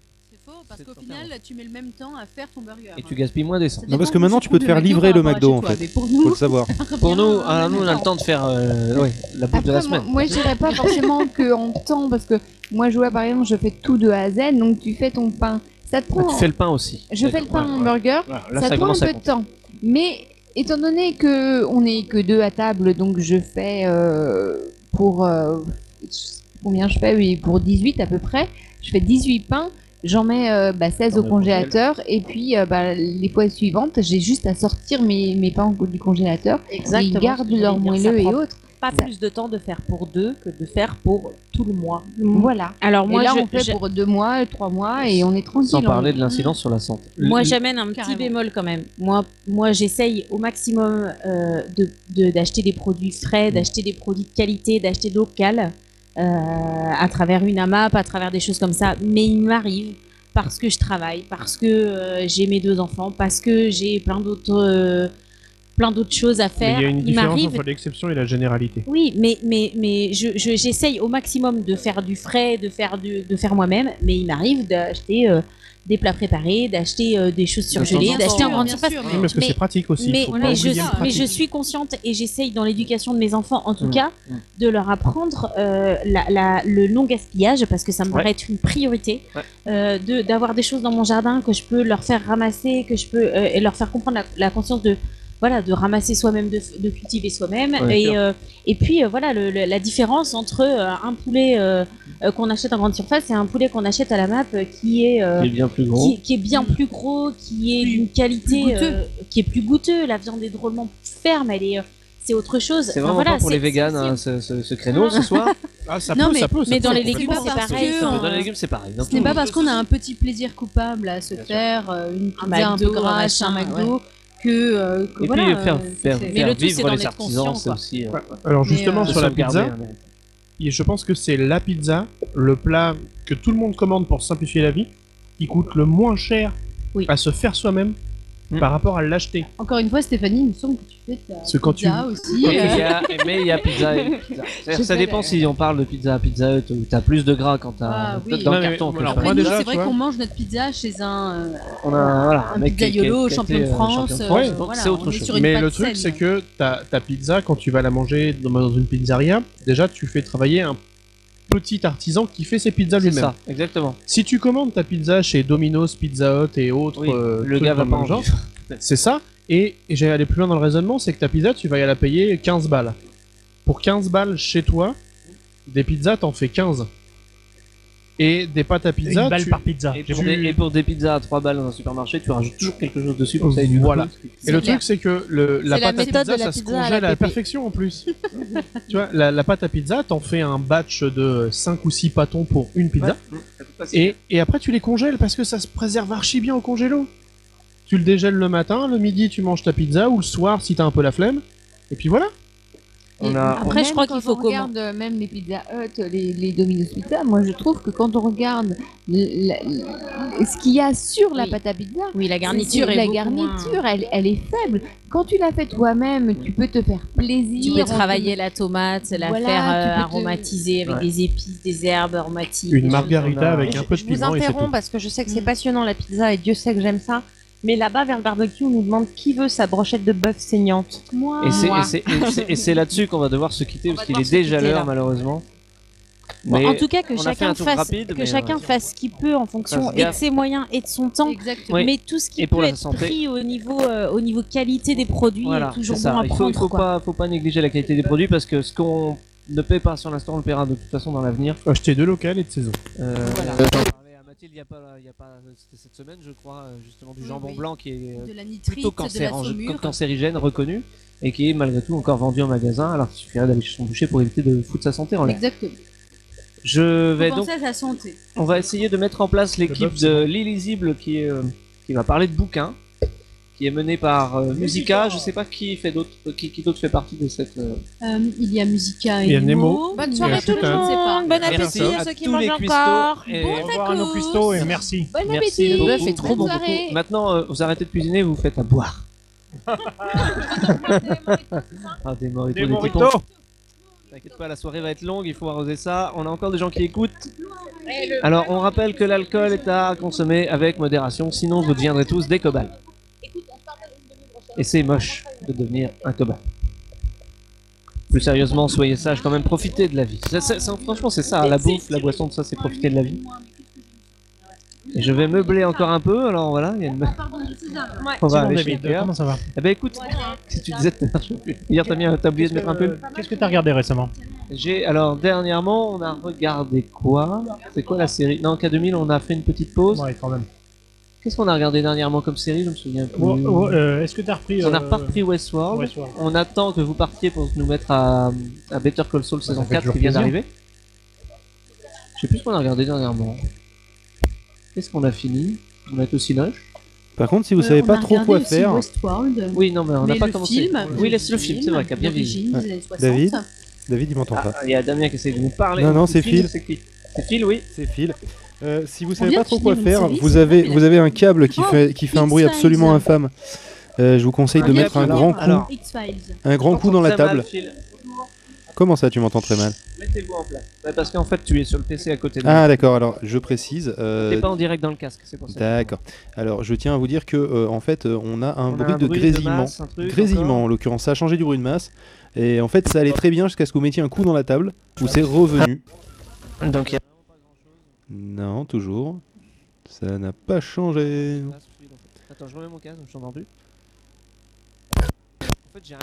Speaker 9: Parce qu'au final, tu mets le même temps à faire ton burger.
Speaker 1: Et tu gaspilles moins d'essence.
Speaker 11: Non, parce que maintenant tu peux te faire livrer le McDo en fait.
Speaker 9: Pour
Speaker 11: Faut
Speaker 9: nous,
Speaker 11: le savoir.
Speaker 1: Pour nous, ah, nous, on a le temps de faire euh, ouais, la boucle de la
Speaker 8: Après, moi-
Speaker 1: semaine.
Speaker 8: Moi, je dirais pas forcément que en temps, parce que moi, je vois par exemple, je fais tout de A à Z, donc tu fais ton pain. Ça te
Speaker 11: Bah,
Speaker 1: Ah,
Speaker 8: prend.
Speaker 1: tu fais le pain aussi.
Speaker 8: Je fais le pain
Speaker 1: Voilà,
Speaker 8: hamburger,
Speaker 1: voilà. Là,
Speaker 8: ça, prend un
Speaker 1: commence à
Speaker 8: peu de
Speaker 1: compter.
Speaker 8: temps. Mais étant donné que on est que deux à table, donc je fais euh, pour euh, je sais pas combien je fais, oui, pour 18 à peu près. Je fais 18 pains. J'en mets euh, bah, 16
Speaker 1: Dans
Speaker 8: au
Speaker 1: le
Speaker 8: congélateur et puis euh, bah, les fois suivantes, j'ai juste à sortir mes, mes pains du congélateur. et
Speaker 12: Exactement
Speaker 8: Ils
Speaker 12: ce
Speaker 8: gardent
Speaker 12: que je
Speaker 8: leur
Speaker 12: voulais dire, ça
Speaker 8: moelleux et
Speaker 12: prend
Speaker 8: autres.
Speaker 12: Pas plus de temps de faire pour deux que de faire pour tout le mois.
Speaker 8: Voilà.
Speaker 6: Alors moi,
Speaker 8: et là,
Speaker 6: je-
Speaker 8: on fait
Speaker 6: je-
Speaker 8: pour deux mois, trois mois, et on est tranquille.
Speaker 1: Sans
Speaker 8: on-
Speaker 1: parler de l'incidence sur la santé.
Speaker 6: Moi,
Speaker 1: Le-
Speaker 6: j'amène un petit bémol quand même. Moi, moi j'essaye au maximum euh, de- de- d'acheter des produits frais,
Speaker 3: Mm.
Speaker 6: d'acheter des produits de qualité, d'acheter local euh, à travers une AMAP, à travers des choses comme ça. Mais il m'arrive parce que je travaille, parce que euh, j'ai mes deux enfants, parce que j'ai plein d'autres euh, plein d'autres choses à
Speaker 3: Mais
Speaker 6: faire.
Speaker 3: il y a une
Speaker 6: il
Speaker 3: différence
Speaker 6: m'arrive
Speaker 3: entre l'exception et la généralité.
Speaker 6: Oui, mais, mais, mais je- je- j'essaye au maximum de faire du frais, de faire, du, de faire moi-même, mais il m'arrive d'acheter euh, des plats préparés, d'acheter euh, des choses surgelées,
Speaker 3: temps en
Speaker 6: d'acheter
Speaker 3: temps,
Speaker 6: un grand
Speaker 3: bien
Speaker 6: surface.
Speaker 3: sûr, mais- Oui, parce que c'est pratique aussi,
Speaker 6: Mais,
Speaker 3: faut pas
Speaker 6: mais je,
Speaker 3: oublier le
Speaker 6: mais je
Speaker 3: pratique.
Speaker 6: suis consciente et j'essaye dans l'éducation de mes enfants, en tout
Speaker 3: Mm.
Speaker 6: cas,
Speaker 3: Mm.
Speaker 6: de leur apprendre euh, la- la- le non gaspillage, parce que ça me
Speaker 1: Ouais.
Speaker 6: paraît être une priorité,
Speaker 1: Ouais.
Speaker 6: euh, de- d'avoir des choses dans mon jardin que je peux leur faire ramasser, que je peux euh, et leur faire comprendre la, la conscience de voilà de ramasser soi-même, de, de cultiver soi-même,
Speaker 12: Ouais, sûr.
Speaker 6: et, euh, et puis euh, voilà le- le- la différence entre euh, un poulet euh, euh, qu'on achète en grande surface et un poulet qu'on achète à la map euh, qui est euh,
Speaker 1: Qui est bien plus gros.
Speaker 6: qui, qui est bien plus gros, qui est d'une qualité
Speaker 9: goûteux.
Speaker 6: euh, qui est plus goûteux. La viande est drôlement plus ferme, elle est euh, c'est autre chose.
Speaker 1: C'est
Speaker 6: Enfin,
Speaker 1: vraiment
Speaker 6: voilà,
Speaker 1: pas pour les
Speaker 6: c'est-
Speaker 1: véganes, hein, ce, ce- ce créneau ce soir.
Speaker 3: Ah, ça
Speaker 9: Non, peut, mais- ça peut, ça mais peut, dans les
Speaker 6: légumes, c'est
Speaker 9: parce
Speaker 6: pareil.
Speaker 9: que
Speaker 1: Dans
Speaker 9: on-
Speaker 1: les légumes, c'est pareil. dans
Speaker 9: Ce
Speaker 1: tout
Speaker 9: n'est
Speaker 1: le
Speaker 9: pas
Speaker 1: monde.
Speaker 9: parce qu'on a un petit plaisir coupable à se faire euh, une
Speaker 6: Un
Speaker 9: pizza un peu
Speaker 6: McDo, un
Speaker 9: grasse, un
Speaker 6: machin,
Speaker 9: McDo, que, euh, que
Speaker 1: Et
Speaker 9: voilà.
Speaker 1: puis faire,
Speaker 9: euh,
Speaker 1: faire,
Speaker 9: c'est-
Speaker 1: faire vivre les artisans, c'est aussi. euh,
Speaker 3: Alors
Speaker 9: Mais,
Speaker 3: justement
Speaker 9: euh,
Speaker 3: sur la
Speaker 1: de sauvegarder
Speaker 3: pizza,
Speaker 1: un mérite.
Speaker 3: et je pense que c'est la pizza, le plat que tout le monde commande pour simplifier la vie, qui coûte le moins cher à se faire soi-même
Speaker 9: Mm.
Speaker 3: par rapport à l'acheter.
Speaker 9: Encore une fois, Stéphanie, il me semble que tu fais de la
Speaker 3: Parce que quand
Speaker 9: pizza
Speaker 3: tu-
Speaker 9: aussi.
Speaker 1: Mais il y
Speaker 9: euh.
Speaker 1: a- mais il y a pizza et pizza. C'est-à-dire,
Speaker 9: Je
Speaker 1: Ça
Speaker 9: sais,
Speaker 1: dépend
Speaker 9: euh,
Speaker 1: si on parle de pizza à pizza hut où t'as plus de gras quand t'as
Speaker 9: Ah, oui.
Speaker 1: dans
Speaker 3: Non,
Speaker 1: le
Speaker 3: mais
Speaker 1: carton. que
Speaker 3: voilà,
Speaker 1: dans
Speaker 9: Après,
Speaker 1: le
Speaker 9: nous,
Speaker 1: plat.
Speaker 9: c'est vrai qu'on mange notre pizza chez un, euh,
Speaker 1: On a voilà, un,
Speaker 9: un
Speaker 1: mec qui- qui-
Speaker 9: pizzaïolo,
Speaker 1: qui a
Speaker 9: champion
Speaker 1: été,
Speaker 9: de
Speaker 1: euh,
Speaker 9: France.
Speaker 1: champion de
Speaker 9: euh,
Speaker 1: France, donc
Speaker 9: voilà,
Speaker 1: c'est autre
Speaker 9: on est
Speaker 1: chose.
Speaker 9: sur une
Speaker 3: Mais
Speaker 9: pâte
Speaker 3: le truc,
Speaker 9: saine.
Speaker 3: c'est que ta, ta pizza, quand tu vas la manger dans, dans une pizzeria, déjà tu fais travailler un petit artisan qui fait ses pizzas
Speaker 1: C'est
Speaker 3: lui-même.
Speaker 1: ça, exactement.
Speaker 3: Si tu commandes ta pizza chez Domino's, Pizza Hut et autres,
Speaker 1: Oui,
Speaker 3: euh,
Speaker 1: le
Speaker 3: trucs
Speaker 1: gars va
Speaker 3: dans
Speaker 1: pas en
Speaker 3: genre,
Speaker 1: vivre.
Speaker 3: c'est ça. Et, et j'allais aller plus loin dans le raisonnement, c'est que ta pizza, tu vas y la payer 15 balles. Pour 15 balles chez toi, des pizzas, t'en fais 15. Et des pâtes à pizza.
Speaker 1: Une balle
Speaker 3: tu-
Speaker 1: par pizza. Et pour,
Speaker 3: tu-
Speaker 1: des, et pour des pizzas à 3 balles dans un supermarché, tu rajoutes toujours quelque chose dessus pour que ça ait du goût.
Speaker 3: Voilà. Et le truc, c'est que le, la
Speaker 1: C'est la
Speaker 3: pâte
Speaker 1: méthode
Speaker 3: à pizza,
Speaker 1: de la
Speaker 3: ça se
Speaker 1: pizza à la
Speaker 3: congèle à la
Speaker 1: pépé.
Speaker 3: perfection en plus. tu vois, la, la pâte à pizza, t'en fais un batch de 5 ou 6 pâtons pour une pizza. Et, et après, tu les congèles parce que ça se préserve archi bien au congélo. Tu le dégèles le matin, le midi, tu manges ta pizza, ou le soir si t'as un peu la flemme. Et puis voilà.
Speaker 1: On a-
Speaker 8: Après, je crois qu'il faut qu'on regarde euh, même les Pizza Hut, les, les Domino's Pizza. Moi, je trouve que quand on regarde l- la- l- ce qu'il y a sur la pâte à pizza,
Speaker 6: Oui, la garniture
Speaker 8: c'est-
Speaker 6: est
Speaker 8: la
Speaker 6: beaucoup
Speaker 8: garniture, elle, elle est faible. Quand tu la fais toi-même, tu peux te faire plaisir.
Speaker 6: Tu peux
Speaker 8: on te
Speaker 6: travailler la tomate, la
Speaker 8: Voilà,
Speaker 6: faire euh,
Speaker 8: tu peux te-
Speaker 6: aromatiser avec
Speaker 3: Ouais.
Speaker 6: des épices, des herbes aromatiques.
Speaker 3: Une
Speaker 6: des
Speaker 3: margarita avec un peu de
Speaker 12: Je vous
Speaker 3: piment et c'est tout.
Speaker 12: interromps parce que je sais que c'est passionnant la pizza et Dieu sait que j'aime ça. Mais là-bas, vers le barbecue, on nous demande qui veut sa brochette de bœuf saignante.
Speaker 8: Moi.
Speaker 1: Et c'est- et c'est- et c'est- et c'est là-dessus qu'on va devoir se quitter parce qu'il est déjà
Speaker 12: quitter,
Speaker 1: l'heure
Speaker 12: là.
Speaker 1: malheureusement.
Speaker 6: Bon,
Speaker 1: Mais
Speaker 6: en tout cas, que
Speaker 1: on a fait
Speaker 6: chacun,
Speaker 1: un tour
Speaker 6: fasse,
Speaker 1: rapide,
Speaker 6: que
Speaker 1: mais,
Speaker 6: chacun
Speaker 1: euh,
Speaker 6: fasse ce qu'il peut en fonction
Speaker 1: fasse
Speaker 6: et de
Speaker 1: gaffe.
Speaker 6: ses moyens et de son temps.
Speaker 1: Oui.
Speaker 6: Mais tout ce qui
Speaker 1: Et pour
Speaker 6: peut
Speaker 1: la
Speaker 6: être
Speaker 1: santé.
Speaker 6: pris au niveau, euh, au niveau qualité des produits
Speaker 1: Voilà,
Speaker 6: est toujours
Speaker 1: c'est
Speaker 6: bon
Speaker 1: ça.
Speaker 6: à
Speaker 1: Il faut,
Speaker 6: prendre.
Speaker 1: il faut
Speaker 6: quoi.
Speaker 1: pas, faut pas négliger la qualité des produits parce que ce qu'on ne paie pas sur l'instant, on le paiera de toute façon dans l'avenir. Euh,
Speaker 3: Acheter de local et de saison.
Speaker 1: à Mathilde il y a pas, il y a pas c'était cette semaine je crois euh, justement du jambon
Speaker 9: oui.
Speaker 1: blanc qui est euh,
Speaker 9: De la nitrite,
Speaker 1: plutôt hein,
Speaker 9: de la
Speaker 1: cancéren-
Speaker 9: saumure.
Speaker 1: cancérigène reconnu et qui est malgré tout encore vendu en magasin alors qu'il suffirait d'aller chez son boucher pour éviter de foutre sa santé en l'air.
Speaker 9: Exactement.
Speaker 1: Je
Speaker 9: Vous
Speaker 1: vais donc
Speaker 9: pensez à sa santé.
Speaker 1: on va essayer de mettre en place l'équipe de l'illisible qui est, euh, qui va parler de bouquins qui est menée par euh, Musica, je sais pas qui fait d'autres qui, qui d'autre fait partie de cette euh,
Speaker 9: Euh, il y a Musica et
Speaker 1: Il y a
Speaker 9: Nemo.
Speaker 1: Nemo. Bonne soirée
Speaker 9: Merci,
Speaker 1: tout le
Speaker 9: Tom.
Speaker 1: monde.
Speaker 9: Je sais pas.
Speaker 12: Bon
Speaker 1: appétit Merci à à ceux qui tous mangent les cuistots encore. et Bon au
Speaker 2: revoir à nos cuistots et merci.
Speaker 8: Bon
Speaker 1: Merci
Speaker 8: appétit.
Speaker 1: beaucoup.
Speaker 8: Le bœuf est trop
Speaker 1: beaucoup,
Speaker 8: bon.
Speaker 1: beaucoup.
Speaker 8: Soirée.
Speaker 1: Maintenant, euh, vous arrêtez de cuisiner, vous faites à boire. ah, des moritos,
Speaker 3: Des
Speaker 1: des petits
Speaker 3: moritos.
Speaker 1: cons. T'inquiète pas, la soirée va être longue, il faut arroser ça. On a encore des gens qui écoutent. Alors, on rappelle que l'alcool est à consommer avec modération, sinon vous deviendrez tous des cobayes. Et c'est moche de devenir un cobaye. Plus sérieusement, soyez sages quand même, profitez de la vie. Ça, ça- ça- franchement, c'est ça, hein, la bouffe, la boisson, tout ça, c'est profiter de la vie. Et je vais meubler encore un peu, alors voilà, il y a une... On va aller chez Pierre.
Speaker 2: Comment ça va
Speaker 1: Eh ben écoute, si tu disais tout à l'heure, je sais plus. hier t'as mis un- t'as oublié de mettre un pull.
Speaker 2: Qu'est-ce que t'as regardé récemment
Speaker 1: J'ai alors dernièrement on a regardé quoi C'est quoi la série Non, K2000 on a fait une petite pause.
Speaker 2: Ouais, quand même.
Speaker 1: Qu'est-ce qu'on a regardé dernièrement comme série Je me souviens plus.
Speaker 2: Oh, oh, euh, Est-ce que t'as repris
Speaker 1: on a
Speaker 2: euh,
Speaker 1: repris Westworld.
Speaker 2: Westworld.
Speaker 1: On attend que vous partiez pour nous mettre à, à Better Call Saul saison
Speaker 2: fait
Speaker 1: 4
Speaker 2: toujours
Speaker 1: qui vient
Speaker 2: plaisir.
Speaker 1: d'arriver. Je sais plus ce qu'on a regardé dernièrement. Qu'est-ce qu'on a fini On a été au Cinoche
Speaker 11: Par contre, si vous
Speaker 1: Euh,
Speaker 11: savez
Speaker 1: on
Speaker 11: pas
Speaker 1: a
Speaker 11: trop quoi
Speaker 1: regardé aussi
Speaker 11: faire.
Speaker 9: Westworld.
Speaker 1: Oui, non, mais on n'a
Speaker 9: Mais
Speaker 1: pas
Speaker 9: le
Speaker 1: commencé.
Speaker 9: film,
Speaker 1: oui, laisse le film, c'est vrai, qui a bien vieilli.
Speaker 9: d'origine des années 60.
Speaker 11: David David, il m'entend
Speaker 1: Ah,
Speaker 11: pas.
Speaker 1: Il y a Damien qui essaie de nous parler.
Speaker 11: Non, non,
Speaker 1: C'est
Speaker 11: c'est Phil.
Speaker 1: C'est qui C'est Phil, oui.
Speaker 11: C'est Phil. Euh, si vous
Speaker 1: savez
Speaker 11: savez pas trop quoi faire, vous avez, vous avez un câble qui
Speaker 1: Oh,
Speaker 11: fait, qui fait un
Speaker 1: Pizza
Speaker 11: bruit absolument
Speaker 1: Hut.
Speaker 11: infâme. Euh, je vous conseille de
Speaker 1: Un
Speaker 11: mettre un
Speaker 1: câble.
Speaker 11: grand coup,
Speaker 1: Alors,
Speaker 9: X-Files.
Speaker 11: un grand coup dans la
Speaker 1: Très mal,
Speaker 11: table.
Speaker 1: Phil.
Speaker 11: Comment ça, tu m'entends très mal
Speaker 1: Mettez-vous en place. Bah, parce qu'en fait, tu es sur le PC à côté de
Speaker 11: Ah
Speaker 1: moi.
Speaker 11: d'accord, alors je précise. euh,
Speaker 1: T'es pas en direct dans le casque, c'est pour ça.
Speaker 11: D'accord. Alors je tiens à vous dire que euh, en fait euh, on a un
Speaker 1: On a
Speaker 11: bruit
Speaker 1: un
Speaker 11: de
Speaker 1: bruit de
Speaker 11: grésillement.
Speaker 1: masse, un truc encore.
Speaker 11: grésillement en l'occurrence, ça a changé du bruit de masse. Et en fait ça allait très bien jusqu'à ce que vous mettiez un coup dans la table où c'est revenu.
Speaker 1: Donc il y a...
Speaker 11: Non, toujours. Ça n'a pas changé.
Speaker 1: Attends, je remets mon casque, je suis entendu. En fait, j'ai un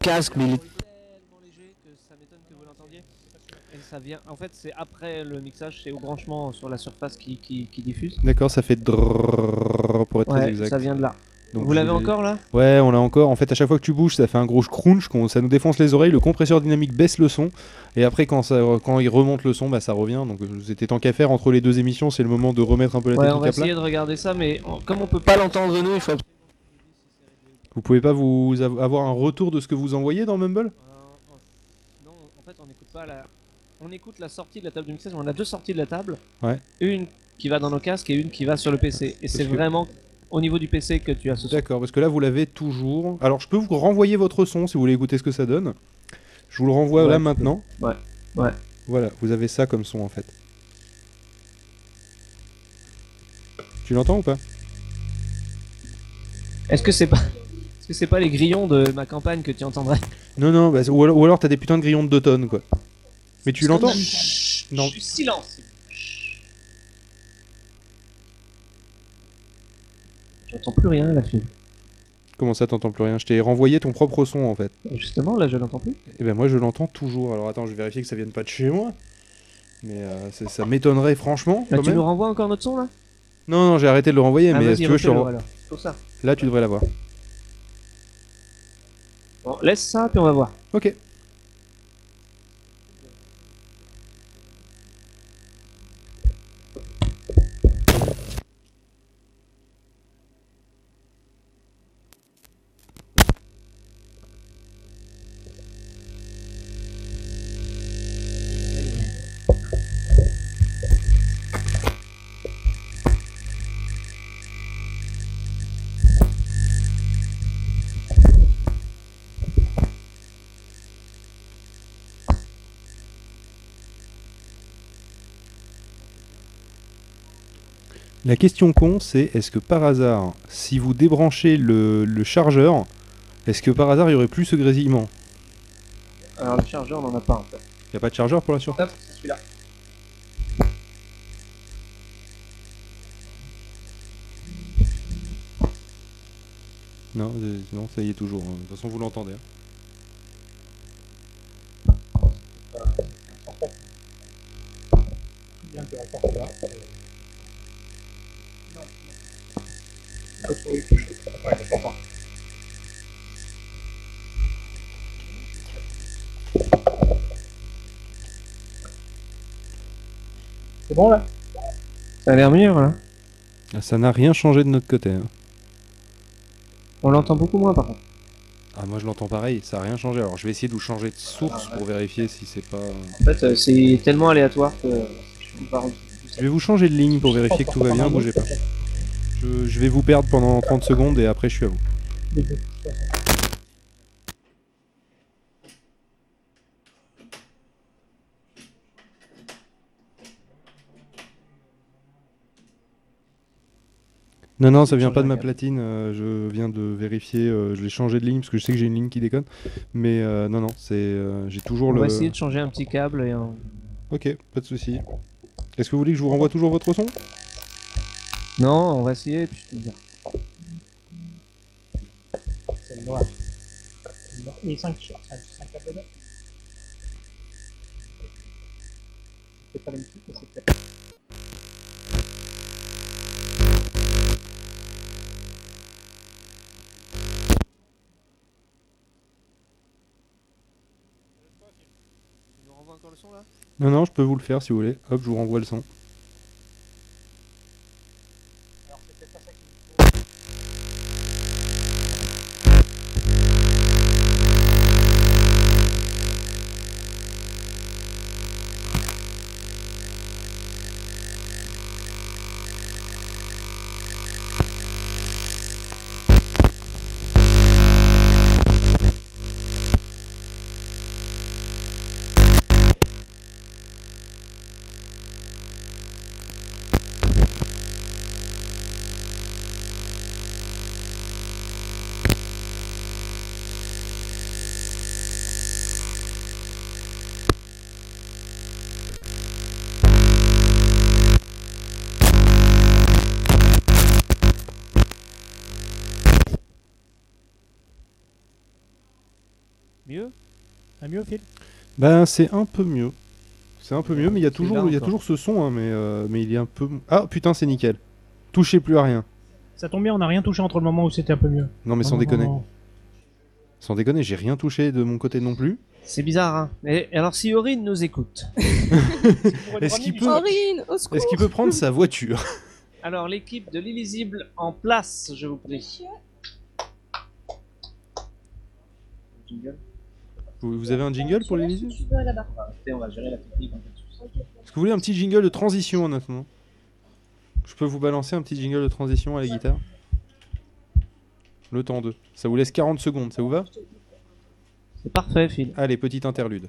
Speaker 11: Casque, mais il est-
Speaker 1: tellement léger que ça m'étonne que vous l'entendiez. Et ça vient. En fait, c'est après le mixage, c'est au branchement sur la surface qui, qui, qui diffuse.
Speaker 11: D'accord, ça fait drrrr, pour être
Speaker 1: Ouais,
Speaker 11: très exact.
Speaker 1: ça vient de là.
Speaker 11: Donc,
Speaker 1: Vous l'avez
Speaker 11: je-
Speaker 1: encore, là
Speaker 11: Ouais, on l'a encore. En fait, à chaque fois que tu bouges, ça fait un gros crunch, qu'on- ça nous défonce les oreilles. Le compresseur dynamique baisse le son, et après quand ça, quand il remonte le son, bah ça revient. Donc euh, c'était tant qu'à faire entre les deux émissions, c'est le moment de remettre un peu la
Speaker 1: Ouais, on
Speaker 11: technique
Speaker 1: va
Speaker 11: à plat.
Speaker 1: essayer de regarder ça, mais on- comme on peut pas l'entendre nous, il faut.
Speaker 11: Vous pouvez pas vous av- avoir un retour de ce que vous envoyez dans Mumble
Speaker 1: Euh, Non, en fait, on n'écoute pas la. On écoute la sortie de la table de mixage. On a deux sorties de la table.
Speaker 11: Ouais.
Speaker 1: Une qui va dans nos casques et une qui va sur le PC. Et c'est
Speaker 11: que-
Speaker 1: vraiment au niveau du PC que tu as ce
Speaker 11: D'accord, parce que là vous l'avez toujours. Alors je peux vous renvoyer votre son si vous voulez écouter ce que ça donne. Je vous le renvoie
Speaker 1: Ouais,
Speaker 11: là
Speaker 1: tu peux.
Speaker 11: maintenant.
Speaker 1: Ouais, ouais.
Speaker 11: Voilà, vous avez ça comme son en fait. Tu l'entends ou pas
Speaker 1: Est-ce que c'est pas est-ce que c'est pas les grillons de ma campagne que tu entendrais
Speaker 11: Non, non, bah, ou alors, ou alors t'as des putains de grillons de d'automne quoi. Mais tu l'entends Non.
Speaker 1: Silence. J'entends plus rien là-dessus.
Speaker 11: Comment ça t'entends plus rien Je t'ai renvoyé ton propre son en fait.
Speaker 1: Justement, là je l'entends plus.
Speaker 11: Et ben moi je l'entends toujours. Alors attends, je vais vérifier que ça vienne pas de chez moi. Mais euh, c'est- ça m'étonnerait franchement.
Speaker 1: Bah,
Speaker 11: quand
Speaker 1: tu
Speaker 11: même.
Speaker 1: nous renvoies encore notre son là
Speaker 11: Non, non, j'ai arrêté de le renvoyer,
Speaker 1: Ah,
Speaker 11: mais
Speaker 1: vas-y,
Speaker 11: si tu veux, je te
Speaker 1: refais-le,
Speaker 11: re-
Speaker 1: alors. Pour ça.
Speaker 11: Là, tu devrais l'avoir.
Speaker 1: Bon, laisse ça puis on va voir.
Speaker 11: Ok. La question con, c'est est-ce que par hasard, si vous débranchez le, le chargeur, est-ce que par hasard il y aurait plus ce grésillement
Speaker 1: Alors le chargeur on en a pas en fait.
Speaker 11: Il y a pas de chargeur pour la surface
Speaker 1: Hop, c'est celui-là.
Speaker 11: Non, euh, non, ça y est toujours. hein. De toute façon, vous l'entendez. hein.
Speaker 10: C'est bon là
Speaker 1: Ça a l'air mieux voilà.
Speaker 11: Ah, Ça n'a rien changé de notre côté. hein.
Speaker 1: On l'entend beaucoup moins par contre.
Speaker 11: Ah, moi je l'entends pareil, ça n'a rien changé. Alors je vais essayer de vous changer de source pour vérifier si c'est pas.
Speaker 1: En fait, euh, c'est tellement aléatoire que je peux pas rendre-
Speaker 11: Je vais vous changer de ligne pour vérifier que tout va bien, bougez pas. Je, je vais vous perdre pendant 30 secondes et après je suis à vous. Non, non, ça vient pas de ma platine. euh, je viens de vérifier. euh, je l'ai changé de ligne parce que je sais que j'ai une ligne qui déconne. Mais euh, non, non, c'est euh, j'ai toujours
Speaker 1: On
Speaker 11: le.
Speaker 1: va essayer de changer un petit câble et un...
Speaker 11: Ok, pas de souci. Est-ce que vous voulez que je vous renvoie toujours votre son
Speaker 1: Non, on va essayer et puis je te dis.
Speaker 7: C'est le noir. C'est le noir. Les 5 t-shirts, c'est un- c'est un câble d'or. C'est pas le même truc, mais c'est peut-être-
Speaker 1: Tu nous renvoies encore le son là
Speaker 11: Non, non, je peux vous le faire si vous voulez. Hop, je vous renvoie le son.
Speaker 1: Mieux
Speaker 7: Ah, mieux, Phil
Speaker 11: Ben, c'est un peu mieux. C'est un peu mieux, mais il y a toujours,
Speaker 7: là
Speaker 11: il y a
Speaker 7: encore.
Speaker 11: toujours ce son, hein, mais, euh, mais il est un peu. Ah putain, c'est nickel. Touchez plus à rien.
Speaker 2: Ça tombe bien, on n'a rien touché entre le moment où c'était un peu mieux.
Speaker 11: Non, mais sans
Speaker 2: Oh,
Speaker 11: déconner.
Speaker 2: non.
Speaker 11: Sans déconner, j'ai rien touché de mon côté non plus.
Speaker 1: C'est bizarre, hein Et alors si Aurine nous écoute
Speaker 2: Oh,
Speaker 11: Est-ce qu'il peut, est-ce qu'il peut prendre sa voiture
Speaker 1: Alors l'équipe de l'illisible en place, je vous prie.
Speaker 11: vous, vous avez un jingle pour l'Élysée
Speaker 5: Tu veux là-bas.
Speaker 1: on va gérer la technique.
Speaker 11: Est-ce que vous voulez un petit jingle de transition en attendant Je peux vous balancer un petit jingle de transition à la guitare Le temps de. Ça vous laisse 40 secondes, ça vous va
Speaker 1: C'est parfait, Phil.
Speaker 11: Allez, petite interlude.